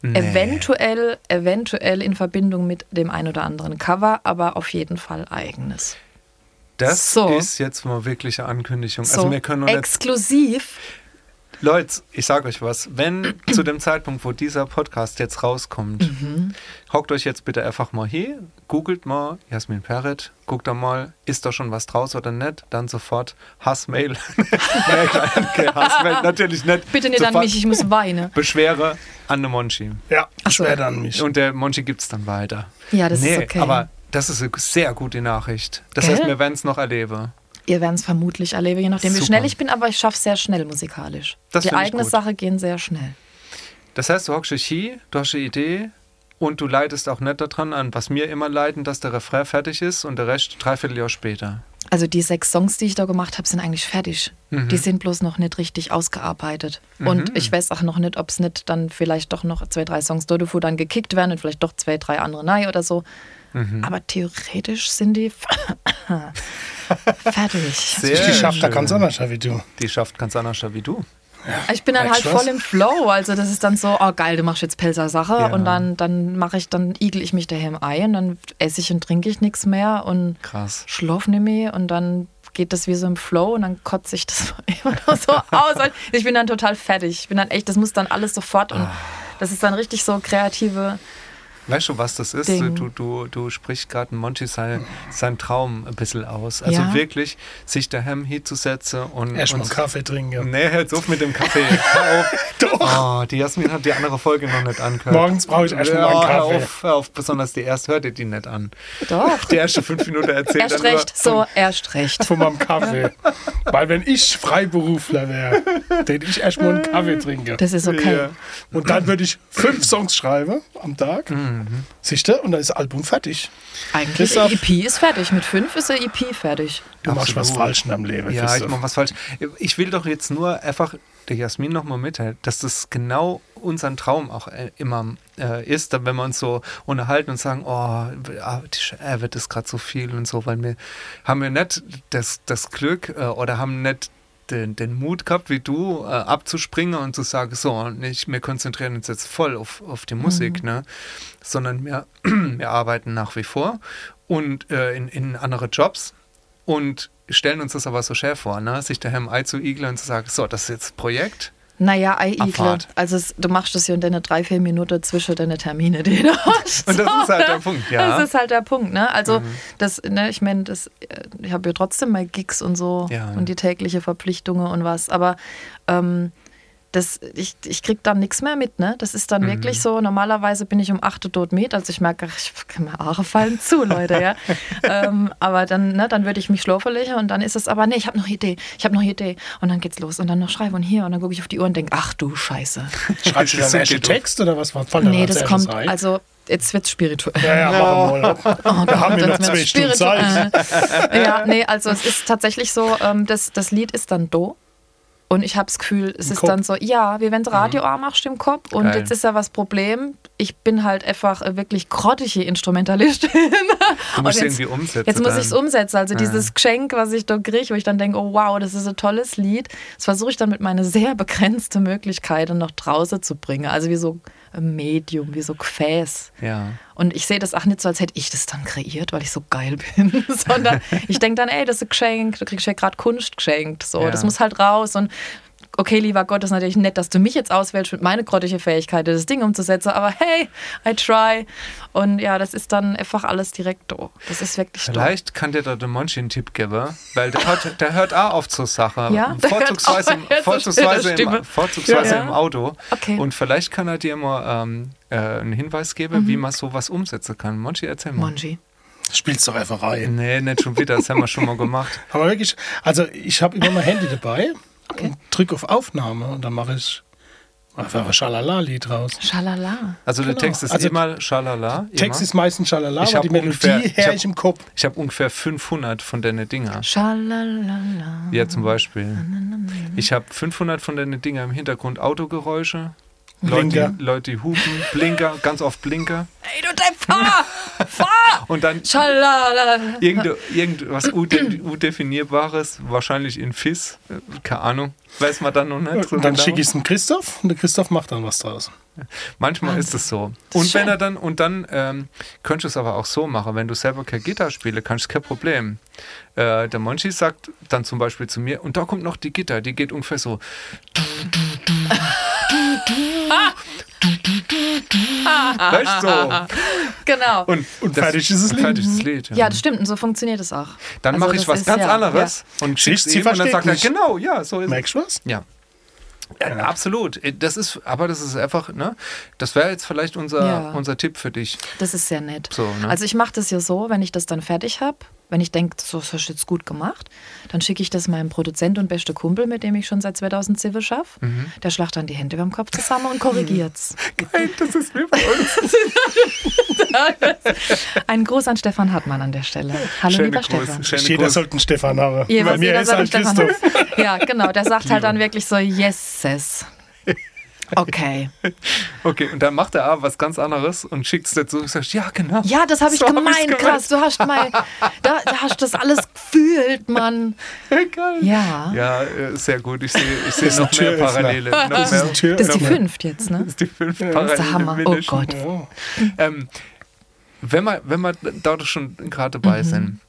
Nee.
Eventuell, eventuell in Verbindung mit dem ein oder anderen Cover, aber auf jeden Fall eigenes.
Das
So.
ist jetzt mal wirkliche Ankündigung.
So,
Also wir können uns jetzt,
exklusiv.
Leute, ich sage euch was, wenn zu dem Zeitpunkt, wo dieser Podcast jetzt rauskommt,
Mhm.
Hockt euch jetzt bitte einfach mal hier, googelt mal Jasmin Perret, guckt da mal, ist da schon was draus oder nicht, dann sofort Hassmail. nee, klein, okay, Hassmail natürlich nicht.
Bitte nicht an
Sofort
mich, ich muss weinen.
Beschwere an den Monchi.
Ja,
Ach so.
später an mich.
Und der Monchi gibt es dann weiter.
Ja, das ist okay.
Aber das ist eine sehr gute Nachricht. Das
Gell?
heißt, wir werden es noch erleben.
Ihr werdet es vermutlich erleben, je nachdem, wie
Super.
schnell ich bin, aber ich schaffe sehr schnell musikalisch.
Das
Die
find ich
eigene
gut.
Sache gehen sehr schnell.
Das heißt, du hockst dich hier, du hast eine Idee und du leidest auch nicht daran an, was mir immer leiden, dass der Refrain fertig ist und der Rest dreiviertel Jahr später.
Also die sechs Songs, die ich da gemacht habe, sind eigentlich fertig. Die sind bloß noch nicht richtig ausgearbeitet. Und ich weiß auch noch nicht, ob es nicht dann vielleicht doch noch zwei, drei Songs Dodofu dann gekickt werden und vielleicht doch zwei, drei andere Nein oder so. Aber theoretisch sind die fertig.
Sehr
Ich schaff da
schön.
ganz anders wie du.
Die schafft ganz anders wie du.
Ich bin dann halt
Merkst du was?
voll im Flow. Also das ist dann so, oh geil, du machst jetzt Pelzer Sache
Ja.
und dann, dann mache ich, dann igel ich mich daheim ein, dann esse ich und trinke ich nichts mehr und
Krass.
schlaf nicht mehr und dann geht das wie so im Flow und dann kotze ich das immer noch so aus. Ich bin dann total fertig. Ich bin dann echt, das muss dann alles sofort und Das ist dann richtig so kreative.
Weißt du, was das ist?
Ding.
Du, du, du sprichst gerade Monty sein, seinen Traum ein bisschen aus. Also
Ja.
wirklich, sich daheim hinzusetzen und.
Erstmal
und
Kaffee trinken. Ja.
Nee, hört auf mit dem Kaffee. Hör auf. Doch. Oh, die Jasmin hat die andere Folge noch nicht angehört.
Morgens brauche ich erstmal
Äh, ja,
einen Kaffee.
Hör auf, hör auf, besonders die erste hört ihr die nicht an.
Doch.
Die erste fünf Minuten erzählt
Erst
dann nur-
recht, so, erst recht.
Von meinem Kaffee. Weil wenn ich Freiberufler wäre, den ich erstmal einen Kaffee trinke.
Das ist okay.
Ja.
Und dann würde ich fünf Songs schreiben am Tag.
Mhm.
Siehst du? Und dann ist das Album fertig.
Eigentlich,
Christoph.
die EP ist fertig. Mit fünf ist die EP fertig.
Du machst was
Absolut.
falsch in deinem Leben.
Ja,
siehst du.
ich mache was falsch. Ich will doch jetzt nur einfach der Jasmin nochmal mitteilen, dass das genau unseren Traum auch äh, immer äh, ist, dann wenn wir uns so unterhalten und sagen, oh, ah, die- er wird das gerade so viel und so, weil wir haben wir nicht das, das Glück äh, oder haben nicht den, den Mut gehabt, wie du, äh, abzuspringen und zu sagen, so, und nicht, wir konzentrieren uns jetzt voll auf, auf die Musik, ne? sondern wir, wir arbeiten nach wie vor und äh, in, in andere Jobs und stellen uns das aber so schwer vor, ne? sich daheim einzuigeln und zu sagen, so, das ist jetzt Projekt.
Naja, Ei-Igler.
Abfahrt.
Also es, du machst es ja in deine drei, vier Minuten zwischen deine Termine, die du hast.
Und das
So,
ist halt der
ne?
Punkt, ja.
Das ist halt der Punkt, ne? Also
Mhm.
das, ne, ich meine, das, äh, ich habe ja trotzdem mal Gigs und so
Ja.
und die tägliche Verpflichtungen und was, aber ähm, das, ich, ich krieg dann nichts mehr mit, ne? Das
Mhm.
ist dann wirklich so, normalerweise bin ich um 8 Uhr dort mit, also ich merke, ach, ich kann mir Haare fallen zu, Leute, ja. ähm, aber dann, ne, dann würde ich mich schlurferlicher und dann ist es aber, nee, ich habe noch Idee, ich habe noch Idee. Und dann geht's los und dann noch schreiben und hier und dann gucke ich auf die Uhr und denke, ach du Scheiße.
Schreibst du dann
Das
erst den
geht doch.
Text oder was? Fällt dann
nee,
als
das
erstes
kommt,
ein?
also jetzt wird's spirituell.
Ja, ja, machen wir
Oh
mal. Da haben wir noch
Dann
zwei
wird's
Stunden Zeit.
spirituell. ja, nee, also es ist tatsächlich so, ähm, das, das Lied ist dann do. Und ich habe das Gefühl, es
Im
ist
Kopf.
dann so, ja, wie wenn du Radio mhm. machst im Kopf. Und
Geil.
jetzt ist ja was Problem. Ich bin halt einfach äh, wirklich grottige Instrumentalistin.
Du musst
Und
irgendwie umsetzen
Jetzt muss
dann.
ich es umsetzen.
Ah.
Also dieses Geschenk, was ich da kriege, wo ich dann denke, oh wow, das ist ein tolles Lied. Das versuche ich dann mit meiner sehr begrenzten Möglichkeit noch draußen zu bringen. Also wie so ein Medium, wie so Gefäß.
Ja.
Und ich sehe das auch nicht so, als hätte ich das dann kreiert, weil ich so geil bin, sondern ich denke dann, ey, das ist ein Geschenk, du kriegst ja gerade Kunst geschenkt, so,
Ja.
das muss halt raus und okay, lieber Gott, das ist natürlich nett, dass du mich jetzt auswählst mit meiner grottige Fähigkeit, das Ding umzusetzen, aber hey, I try. Und ja, das ist dann einfach alles direkt do. Das ist wirklich do.
Vielleicht kann dir da der Monchi einen Tipp geben, weil der hört, der hört auch auf zur Sache.
Ja, der hört
vorzugsweise
auch
im,
jetzt so
vorzugsweise
still der
im,
Stimme.
vorzugsweise
Ja.
im Auto.
Okay.
Und vielleicht kann er dir mal ähm, äh, einen Hinweis geben,
Mhm.
wie man sowas umsetzen kann. Monchi, erzähl mal.
Monji.
Spielst doch einfach rein.
Nee, nicht schon wieder, das haben wir schon mal gemacht.
Aber wirklich, also ich habe immer mein Handy dabei und drücke auf Aufnahme und dann mache ich einfach ein Schalala-Lied raus.
Schalala.
Also der
Genau.
Text ist
Also
immer schalala.
Text
immer.
ist meistens Schalala,
Ich
aber
hab
die Melodie
ungefähr- ich
her
hab-
ich im Kopf.
Ich habe ungefähr 500 von deinen Dinger.
Schalalala.
Ja, zum Beispiel. Ich habe 500 von deinen Dinger im Hintergrund. Autogeräusche, Leute,
Blinker.
Leute die hupen, Blinker, ganz oft Blinker.
Ey, du dein Fahr! Fahr!
Und dann
Schalala.
irgende, irgendwas unde- undefinierbares, wahrscheinlich in FIS, äh, keine Ahnung. Weiß man dann noch nicht. so
Und dann
genau.
schicke ich es dem Christoph und der Christoph macht dann was draus.
Manchmal ist es so.
Ah. Das ist
und wenn
schön.
er dann, und dann ähm, könntest du es aber auch so machen, wenn du selber keine Gitarre spielst, kannst du kein Problem. Äh, der Monchi sagt dann zum Beispiel zu mir, und da kommt noch die Gitarre, die geht ungefähr so.
Ah.
Weißt du? so.
Genau.
Und,
Und fertig ist das
und
Lied. Mhm.
Fertig ist das Lied.
ja, das stimmt. Und so funktioniert es auch.
Dann
Also
mache ich
das
was
ist
ganz
ja-
anderes und schick's
Sie- sie
ihm und dann
versteht
sagt er,
mich.
genau, ja, so ist es.
Merkst du was?
Ja. Ja, Absolut. Äh, Das ist, aber das ist einfach, ne? Das wäre jetzt vielleicht unser,
Ja.
unser Tipp für dich.
Das ist sehr nett.
So, ne?
Also ich mache das ja so, wenn ich das dann fertig habe, wenn ich denke, so das hast du jetzt gut gemacht, dann schicke ich das meinem Produzent und beste Kumpel, mit dem ich schon seit 2007 schaffe.
Mhm.
Der schlacht dann die Hände beim Kopf zusammen und korrigiert's.
das ist mir bei uns.
Ein Gruß an Stefan Hartmann an der Stelle. Hallo
Schöne
lieber
Grüße.
Stefan.
Schöne
Jeder
Grüße.
sollte einen Stefan haben.
Ihr
Bei
wisst,
mir
jeder
ist
soll
halt
einen Stefan
Christoph.
haben. Ja, genau. Der sagt halt dann wirklich so, yes, sis. Okay.
Okay, und dann macht er aber was ganz anderes und schickt es dazu und sagt, ja, genau.
Ja, das habe ich
So hab ich's
gemeint, krass. Du hast mal, da, da hast du das alles gefühlt, Mann.
Geil.
Ja.
Ja, äh, sehr gut. Ich sehe ich sehe
ist
noch
ein
mehr
Türöffner.
Parallele. Noch
Das ist
mehr,
ein Tür.
Das ist die
Öffner.
fünft jetzt, ne?
das ist die fünf
Das
Parallele.
ist der Hammer. Oh
mindestens.
Gott.
Ja.
Mhm.
Ähm, wenn wir, wenn wir da doch schon gerade dabei sind,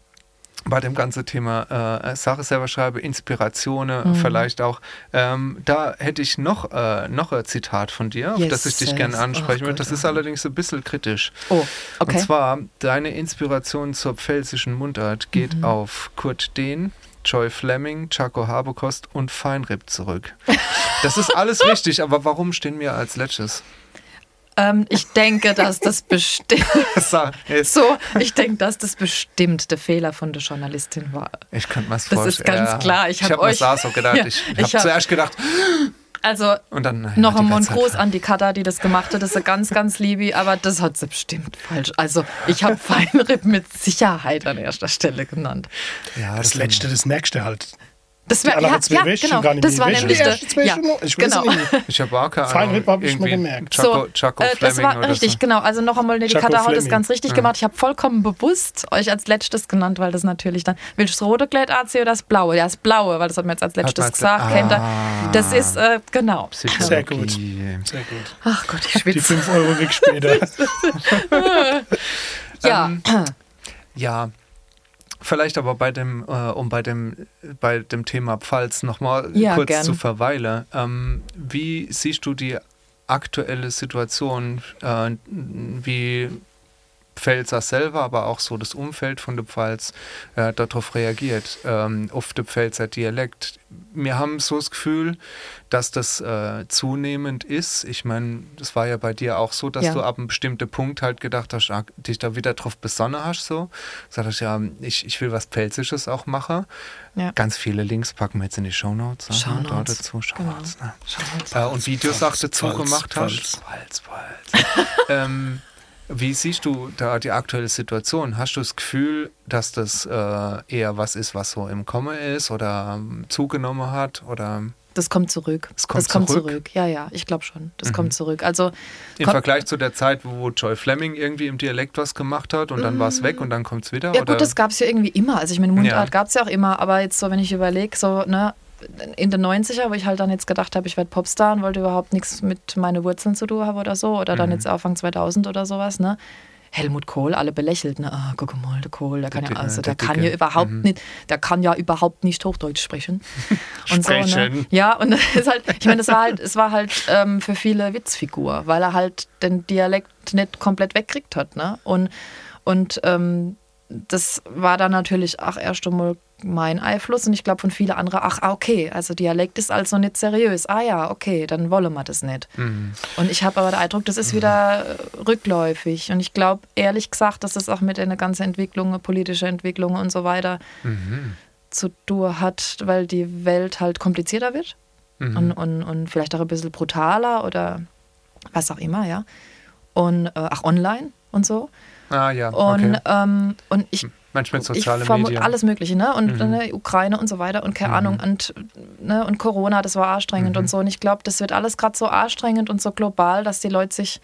bei dem ganzen Thema äh, Sache selber schreibe, Inspirationen
Mhm.
vielleicht auch. Ähm, da hätte ich noch, äh, noch ein Zitat von dir, auf das ich dich
Jesus.
gerne ansprechen
Ach
möchte.
Oh Gott,
Das ist
ja.
allerdings ein bisschen kritisch.
Oh, okay.
Und zwar, deine Inspiration zur pfälzischen Mundart geht
Mhm.
auf Kurt Dehn, Joy Fleming, Chaco Habekost und Feinripp zurück. Das ist alles richtig, aber warum stehen wir als letztes?
ähm, ich denke, dass das bestimmt
Sag es.
so, ich denke, dass das bestimmt der Fehler von der Journalistin war.
Ich könnte mir das
Das
vorstellen.
ist ganz klar. Ich hab
habe
euch-
mir das auch gedacht.
Ja,
ich
ich
habe
hab-
zuerst gedacht,
Also
und dann.
äh,
naja,
noch
die
einmal ein
ganze Zeit-
halt.
Gruß an die Kata, die das gemacht hat. Das ist eine ganz, ganz liebe, aber das hat sie bestimmt falsch. Also ich habe Feinripp mit Sicherheit an erster Stelle genannt.
Ja,
Das letzte, das nächste halt.
Das
Die
war,
anderen
ja,
zwei
ja,
Wäsche
genau,
gar nicht
das
mehr
war
Wäsche.
nämlich
Die
der,
ersten zwei
ja,
schon noch, ich weiß
genau.
nicht.
Ich habe auch keine Ahnung.
Feinripp hab ich mir
irgendwie
gemerkt.
Chaco, Chaco
äh, das
Fleming
war
oder
richtig,
so.
genau. Also noch einmal, die
Chaco
Kata hat das
Fleming.
ganz richtig gemacht. Ich habe vollkommen bewusst euch als letztes genannt, weil das natürlich dann. Willst du das rote Kleid AC oder das blaue? Ja, das blaue, weil das hat man jetzt als letztes
als-
gesagt.
Ah.
Kennt ihr? Das ist, äh, genau.
Psychologie.
Sehr gut. Sehr gut.
Ach Gott, ich
Die
schwitze.
5 Euro weg später.
Ja,
ähm,
Ja. Vielleicht aber bei dem, äh, um bei dem, bei dem Thema Pfalz nochmal
Ja,
kurz
gern.
zu verweilen. Ähm, wie siehst du die aktuelle Situation, äh, wie Pfälzer selber, aber auch so das Umfeld von der Pfalz äh, darauf reagiert, ähm, auf den Pfälzer Dialekt. Wir haben so das Gefühl, dass das äh, zunehmend ist. Ich meine, das war ja bei dir auch so, dass
Ja.
du ab einem bestimmten Punkt halt gedacht hast, ah, dich da wieder drauf besonnen hast, so. Sag ich, ja, ich, ich will was Pfälzisches auch machen.
Ja.
Ganz viele Links packen wir jetzt in die Shownotes. ne?
Shownotes.
Da dazu, Shownotes. Ne?
Shownotes.
Äh, und Videos auch dazu
Pfalz,
gemacht hast. Pfalz, Pfalz. ähm, wie siehst du da die aktuelle Situation? Hast du das Gefühl, dass das äh, eher was ist, was so im Kommen ist oder ähm, zugenommen hat? Oder
das kommt zurück.
Es kommt
das kommt
zurück? Mhm.
zurück. Ja, ja, ich glaube schon. Das kommt zurück. Also
im
kommt-
Vergleich zu der Zeit, wo Joy Fleming irgendwie im Dialekt was gemacht hat und dann war es weg und dann kommt es wieder?
Mm. Ja,
oder?
gut, das gab es ja irgendwie immer. Also, ich meine, Mundart
Ja.
gab's gab es ja auch immer, aber jetzt so, wenn ich überlege, so, ne, in den 90er, wo ich halt dann jetzt gedacht habe, ich werde Popstar und wollte überhaupt nichts mit meinen Wurzeln zu tun haben oder so, oder
Mhm.
dann jetzt Anfang 2000 oder sowas, ne. Helmut Kohl, alle belächelt, ne? Ah, guck mal, der Kohl, der kann ja,
Dicke,
also
der
der, kann
Dicke. Mhm.
ja überhaupt nicht, der kann ja überhaupt nicht Hochdeutsch sprechen. Und So, ne?
Sprechen.
Ja, und es ist halt, ich meine, es war halt, es war halt ähm, für viele Witzfigur, weil er halt den Dialekt nicht komplett wegkriegt hat, ne? Und, und ähm, das war dann natürlich, ach, erst einmal mein Einfluss und ich glaube von viele andere, ach, ah, okay, also Dialekt ist also nicht seriös. Ah ja, okay, dann wollen wir das nicht. Und ich habe aber den Eindruck, das ist wieder äh, rückläufig. Und ich glaube, ehrlich gesagt, dass das auch mit einer ganzen Entwicklung, politische Entwicklung und so weiter zu tun hat, weil die Welt halt komplizierter wird und, und, und vielleicht auch ein bisschen brutaler oder was auch immer, ja. Und äh, ach, online und so.
Ah ja,
Und,
okay.
ähm, und ich,
Manchmal
ich
soziale
vermute
Medien. Mhm.
alles Mögliche, ne? Und ne, Ukraine und so weiter und keine Ahnung. Und, ne? und Corona, das war anstrengend
Mhm.
und so. Und ich glaube, das wird alles gerade so anstrengend und so global, dass die Leute sich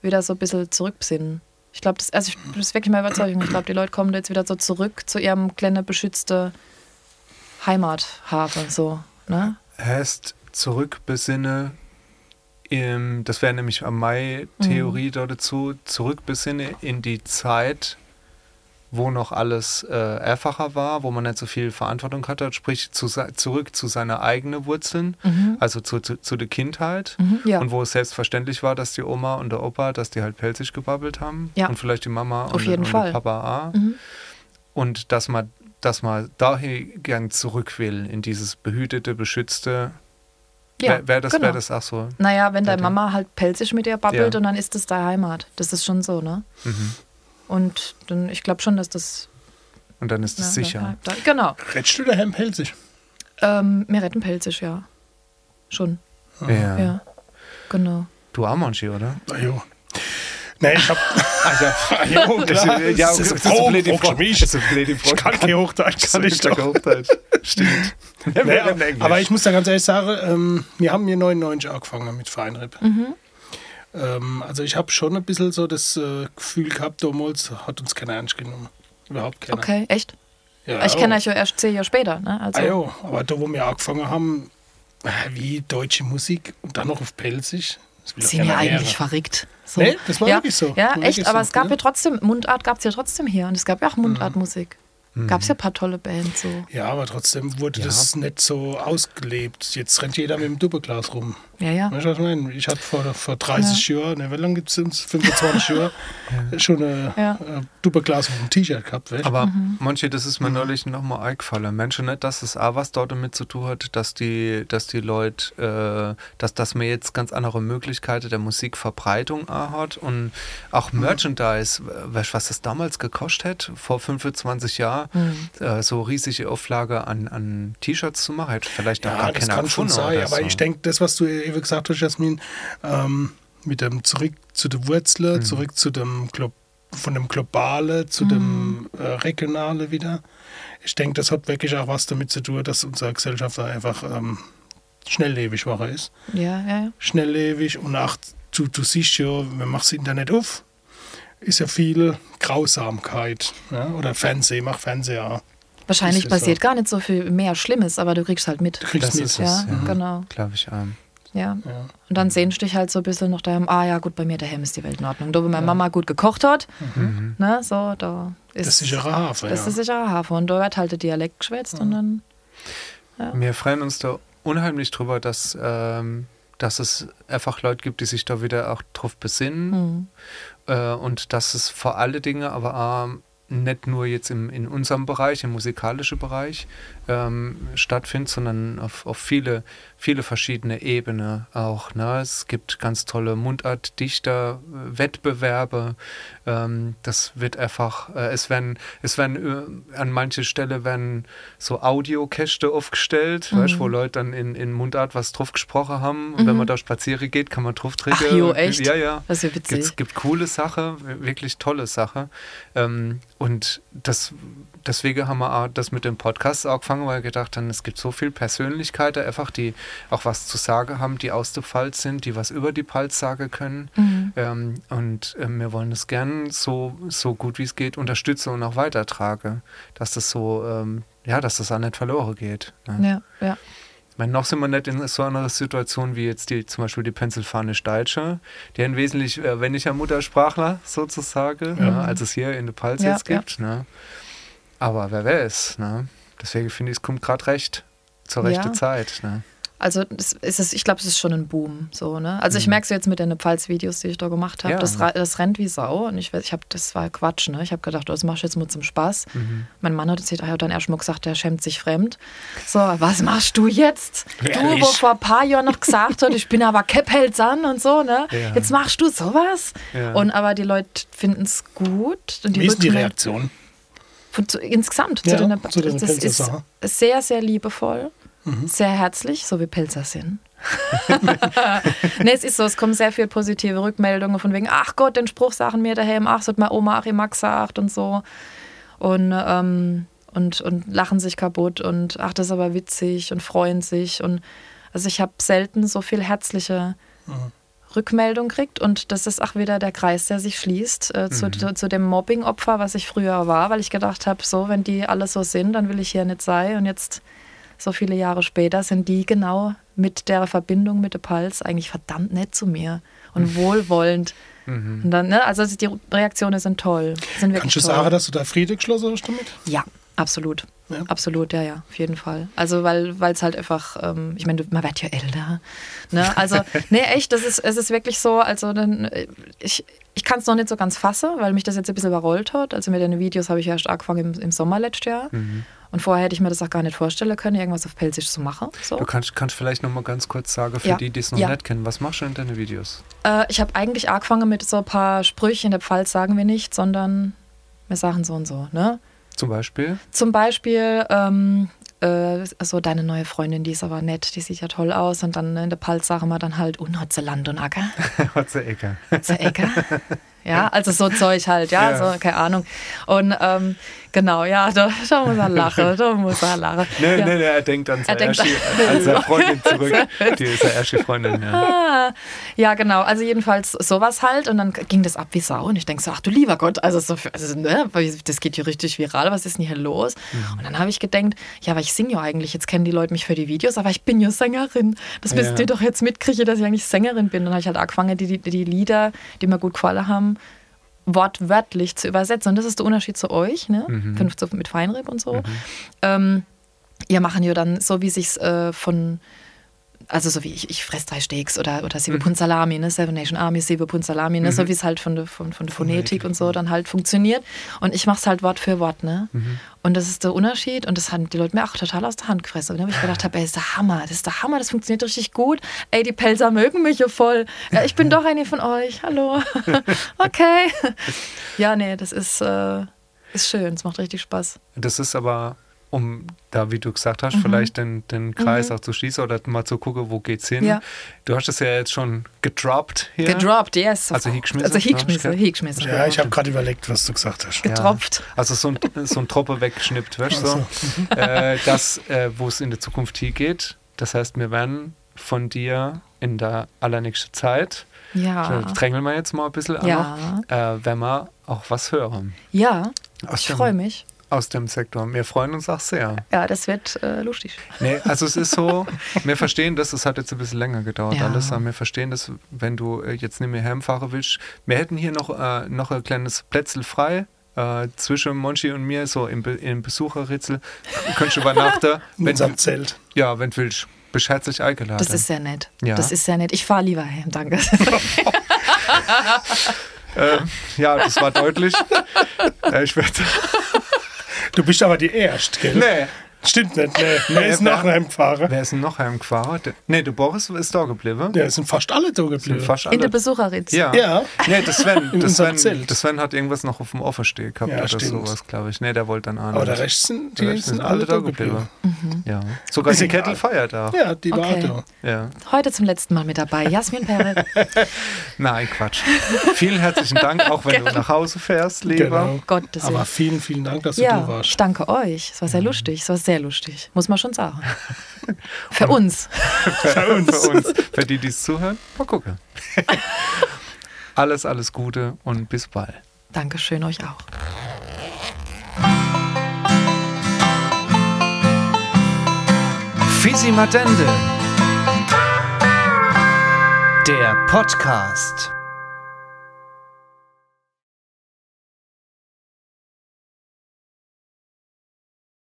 wieder so ein bisschen zurückbesinnen. Ich glaube, das, also ich, das ist wirklich meine Überzeugung. Ich glaube, die Leute kommen jetzt wieder so zurück zu ihrem kleinen beschützte Heimathafen, so, ne?
heißt zurückbesinne, im, das wäre nämlich am Mai-Theorie
Mhm.
dazu, zurückbesinne in die Zeit, wo noch alles äh, einfacher war, wo man nicht so viel Verantwortung hatte, sprich zu, se- zurück zu seiner eigenen Wurzeln, also zu, zu, zu der Kindheit
Mhm, ja.
und wo es selbstverständlich war, dass die Oma und der Opa, dass die halt pelzig gebabbelt haben
Ja.
und vielleicht die Mama und,
Auf jeden
und der
Fall.
Papa auch
Mhm.
und dass man, dass man daher gern zurück will, in dieses behütete, beschützte.
Ja,
Wäre wär das,
genau.
wär das auch so?
Naja, wenn deine
Seitdem.
Mama halt pelzig mit dir babbelt
Ja.
und dann ist das deine Heimat. Das ist schon so, ne?
Mhm.
Und dann, ich glaube schon, dass das.
Und dann ist es
ne,
sicher.
Da, da, genau.
Rätst du daheim pelzig?
Ähm, wir retten pelzig, ja. Schon,
Ja.
Ah.
ja. Genau.
Du auch, Monchi, oder?
Na jo. Nee, ich hab.
Ach Ah, ja,
jo,
das
klar.
ist, ja,
Das
okay, das
ist
ist
Frau,
eine blöde
fragst du
Frage.
mich?
Das ist eine blöde
Ich
Frage.
kann kein Hochdeutsch, kann ich doch.
Hochdeutsch. halt. Stimmt.
Nee,
Wir reden
aber,
Englisch.
aber ich muss da ganz ehrlich sagen, ähm, wir haben hier 99 angefangen mit Feinripp.
Mhm.
Ähm, also ich habe schon ein bisschen so das äh, Gefühl gehabt, damals hat uns keiner ernst genommen. Überhaupt keiner.
Okay, echt?
Ja, oh.
ich kenne euch ja erst zehn Jahre später, ne? Also,
Ah, ja, aber da, wo wir angefangen haben, äh, wie deutsche Musik und dann noch auf Pelzig. Das will doch
sind wir
keiner
eigentlich
hören.
verrickt. So.
Nee, das war
ja.
wirklich so.
Ja,
War
echt,
wirklich
aber
so,
es gab
ja.
ja trotzdem, Mundart gab es ja trotzdem hier und es gab ja auch Mundartmusik.
Mhm.
Gab es ja ein paar tolle Bands so.
Ja, aber trotzdem wurde
Ja.
das nicht so ausgelebt. Jetzt rennt jeder mit dem Doppelglas rum.
Ja, ja.
Weißt du, was ich meine? Ich hatte vor, vor 30 Jahren, ne, wie lange gibt es uns? 25 Jahre, schon ein
Ja.
ein Doppelglas auf dem T-Shirt gehabt. Weißt? du?
Aber manche, das ist mir
Mhm.
neulich nochmal eingefallen. Menschen nicht, dass es auch was dort damit zu tun hat, dass die, dass die Leute, äh, dass, dass man jetzt ganz andere Möglichkeiten der Musikverbreitung auch hat und auch
Mhm.
Merchandise, äh, weißt du, was das damals gekostet hat, vor 25 Jahren,
Mhm.
äh, so riesige Auflage an, an T-Shirts zu machen, hätte vielleicht auch
ja,
gar
das
keiner
kann schon
gefunden.
sein.
oder
Aber
so.
ich denke, das, was du e-, eben gesagt hast, Jasmin, ähm, mit dem zurück zu den Wurzeln,
Mhm.
zurück zu dem Glo von dem Globale zu
Mhm.
dem äh, Regionale wieder. Ich denke, das hat wirklich auch was damit zu tun, dass unsere Gesellschaft da einfach ähm, schnelllebig war ist.
Ja, ja, ja.
schnelllebig und auch du, du siehst ja, man macht das Internet auf, ist ja viel Grausamkeit. Ja? Oder Fernsehen, mach Fernseher auch.
Wahrscheinlich
Ist das
passiert gar nicht so viel mehr Schlimmes, aber du kriegst halt mit.
Du kriegst
Das
mit.
ist es.
Ja,
Ja.
genau.
Glaube ich, ähm,
Ja.
Ja.
Und dann sehnst du dich halt so ein bisschen noch daheim, ah ja, gut, bei mir daheim ist die Welt in Ordnung. Da, wo meine Mama gut gekocht hat,
Hm?
mhm.
ne, so, da ist.
Das ist sicherer Hafen.
Das ist
ja.
sicherer Hafer. Und da wird halt der Dialekt geschwätzt und dann.
Wir freuen uns da unheimlich drüber, dass, ähm, dass es einfach Leute gibt, die sich da wieder auch drauf
hm,
besinnen. Äh, und dass es vor alle Dinge, aber auch nicht nur jetzt im, in unserem Bereich, im musikalischen Bereich ähm, stattfindet, sondern auf, auf viele, viele verschiedene Ebenen auch. Ne? Es gibt ganz tolle Mundartdichter, äh, Wettbewerbe. Ähm, das wird einfach, äh, es werden, es werden äh, an manche Stelle werden so Audiokäste
Mhm.
aufgestellt, weißt, wo Leute dann in, in Mundart was drauf gesprochen haben. Und wenn man da spazieren geht, kann man drauf trinken.
Mhm. Ach jo, echt?
Ja, ja.
Das ist ja witzig.
Gibt's, gibt coole Sache, w- wirklich tolle Sache. Ähm, und das, deswegen haben wir auch das mit dem Podcast auch angefangen, weil wir gedacht haben, es gibt so viel Persönlichkeiten einfach, die auch was zu sagen haben, die aus der Pfalz sind, die was über die Pfalz sagen können.
Mhm.
Ähm, und äh, wir wollen das gern so, so gut wie es geht unterstützen und auch weitertragen, dass das so, ähm, ja, dass das auch nicht verloren geht. Ne?
Ja, ja.
Ich meine, noch sind wir nicht in so einer Situation wie jetzt die, zum Beispiel die Pennsylvanisch-Deutsche, die haben wesentlich äh, weniger Muttersprachler sozusagen, ne, als es hier in der Pfalz
Ja,
jetzt
ja.
gibt. Ne? Aber wer weiß, ne? deswegen finde ich, es kommt gerade recht, zur rechten
Ja.
Zeit. Ne?
Also es ist es, ich glaube, es ist schon ein Boom. So, ne? Also ich merke es jetzt mit den Pfalz-Videos, die ich da gemacht habe.
Ja.
Das, ra- das rennt wie Sau. Und ich, weiß- ich habe, das war Quatsch, ne? Ich habe gedacht, oh, das machst du jetzt nur zum Spaß. Mein Mann hat jetzt ah ja, dann erstmal gesagt, der schämt sich fremd. So, was machst du jetzt? Du,
Ehrlich?
wo vor ein paar Jahren noch gesagt hat, ich bin aber Keppelsan und so, ne?
Ja.
Jetzt machst du sowas.
Ja.
Und aber die Leute finden es gut. Und
Wie ist die
Rückmeldung-
Reaktion?
von, zu, insgesamt
Ja,
zu den,
zu Mhm. den
das ist
Pilzersachen.
sehr, sehr liebevoll, sehr herzlich, so wie Pilzer sind. nee, es ist so, es kommen sehr viele positive Rückmeldungen von wegen, ach Gott, den Spruch sagen mir daheim, ach, das hat meine Oma auch immer gesagt und so. Und, ähm, und, und lachen sich kaputt und ach, das ist aber witzig und freuen sich. Und also ich habe selten so viel herzliche Rückmeldung kriegt. Und das ist auch wieder der Kreis, der sich schließt äh,
Mhm.
zu, zu, zu dem Mobbing-Opfer, was ich früher war, weil ich gedacht habe, so, wenn die alle so sind, dann will ich hier nicht sein. Und jetzt, so viele Jahre später, sind die genau mit der Verbindung mit der Pals eigentlich verdammt nett zu
Mhm.
mir und wohlwollend. Und dann, ne, also die Reaktionen sind toll. Sind wirklich
Kannst du
toll.
sagen, dass du da Friede geschlossen hast damit?
Ja, absolut.
Ja.
Absolut, ja, ja, auf jeden Fall. Also, weil es halt einfach, ähm, ich meine, du- man wird ja älter. Ne? Also, nee, echt, das ist, es ist wirklich so, also dann, äh, ich, ich kann es noch nicht so ganz fassen, weil mich das jetzt ein bisschen überrollt hat. Also mit den Videos habe ich erst angefangen im, im Sommer letztes Jahr. Und vorher hätte ich mir das auch gar nicht vorstellen können, irgendwas auf Pelzisch zu machen. So.
Du kannst, kannst vielleicht noch mal ganz kurz sagen, für
Ja.
die, die es noch
Ja.
nicht kennen, was machst du in deinen Videos?
Äh, ich habe eigentlich angefangen mit so ein paar Sprüchen, in der Pfalz sagen wir nicht, sondern wir sagen so und so, ne?
Zum Beispiel?
Zum Beispiel, ähm, äh, so deine neue Freundin, die ist aber nett, die sieht ja toll aus. Und dann in der Palz sagen wir dann halt, unnutze Land und Acker,
Hotze Ecke.
zur Ecke. Ja, also so Zeug halt, ja,
Ja.
so, keine Ahnung. Und ähm, genau, ja, da, da muss er lachen, da muss er lachen.
Nee,
ja.
nee, nee, er denkt an
Er
seine
denkt
Erschi, an seine Freundin zurück. Die ist seine Erschi-Freundin, ja.
Ah, ja, genau. Also jedenfalls sowas halt. Und dann ging das ab wie Sau. Und ich denke so, ach du lieber Gott, also, so, also ne, weil das geht hier richtig viral. Was ist denn hier los? Und dann habe ich gedacht, ja, aber ich singe ja eigentlich. Jetzt kennen die Leute mich für die Videos, aber ich bin ja Sängerin. Das müsst
Ja.
ihr doch jetzt mitkriegen, dass ich eigentlich Sängerin bin. Und dann habe ich halt angefangen, die, die, die Lieder, die mir gut gefallen haben, wortwörtlich zu übersetzen. Und das ist der Unterschied zu euch, ne? Mhm. Fünf mit Feinripp und so. Mhm. Ähm, ihr machen ja dann so, wie sich's äh, von also so wie ich, ich fresse drei Steaks oder, oder sieben mhm. Pund Salami, ne? Seven Nation Army, sieben Pund Salami, ne? Mhm. so wie es halt von der, von, von der Phonetik und so dann halt funktioniert. Und ich mache es halt Wort für Wort. Ne? Mhm. Und das ist der Unterschied und das haben die Leute mir auch total aus der Hand gefressen. Und dann habe ich gedacht, hab, ey, ist der Hammer, das ist der Hammer, das funktioniert richtig gut. Ey, die Pelzer mögen mich ja voll. Ja, ich bin doch eine von euch, hallo. okay. Ja, nee, das ist, äh, ist schön, es macht richtig Spaß.
Das ist aber um da, wie du gesagt hast, mhm. vielleicht den, den Kreis mhm. auch zu schließen oder mal zu gucken, wo geht's hin. Ja. Du hast es ja jetzt schon gedroppt hier.
Gedroppt, yes.
Also hingeschmissen.
Also hingeschmissen, hingeschmissen.
Ja, ich habe gerade überlegt, was du Genau. gesagt hast.
Getropft.
Ja. Also so ein, so ein Troppe weggeschnippt, weißt du? So. so. äh, das, äh, wo es in der Zukunft hingeht. Das heißt, wir werden von dir in der allernächsten Zeit,
ja.
drängeln wir jetzt mal ein bisschen
ja.
an, äh, wenn wir auch was hören.
Ja, Aus ich freue mich
aus dem Sektor. Wir freuen uns auch sehr.
Ja, das wird äh, lustig.
Nee, also es ist so, wir verstehen das, es hat jetzt ein bisschen länger gedauert ja. alles, aber wir verstehen das, wenn du äh, jetzt nicht mehr heimfahren willst. Wir hätten hier noch, äh, noch ein kleines Plätzchen frei. Äh, zwischen Monchi und mir, so im, Be im Besucherritzel, könntest du übernachten.
wenn du am Zelt.
Ja, wenn du willst. Bist herzlich eingeladen.
Das ist sehr nett.
Ja.
Das ist sehr nett. Ich fahre lieber heim, danke.
Ähm, ja, das war deutlich. Äh, ich werde.
Du bist aber die Erste, gell?
Nee.
Stimmt nicht, nee. Wer ist noch heimgefahren?
Wer ist noch heimgefahren? Nee, der Boris ist da geblieben.
Ja, es sind fast alle da geblieben.
Fast alle.
In der Besucherritze.
Ja.
Ja.
Nee, der Sven, der Sven,
Zelt.
der Sven hat irgendwas noch auf dem Offersteh gehabt
Ja,
oder
stimmt.
sowas, glaube ich. Nee, der wollte dann an.
Aber der Rest sind, die
Der Rest
sind, alle da geblieben.
Ja. Sogar
Ist
die
egal.
Kettle feiert da.
Ja, die war
Okay.
da.
Ja.
Heute zum letzten Mal mit dabei, Jasmin Perret.
Nein, Quatsch. Vielen herzlichen Dank, auch wenn du nach Hause fährst, lieber.
Genau.
Gottes
Aber
Willen.
vielen, vielen Dank, dass du da
Ja, ich
warst.
danke euch. Es war sehr lustig. Es war sehr lustig, muss man schon sagen. Für uns.
Für uns. Für uns. Für die, die es zuhören, mal gucken. alles, alles Gute und bis bald.
Dankeschön euch auch.
Fisimatende. Der Podcast.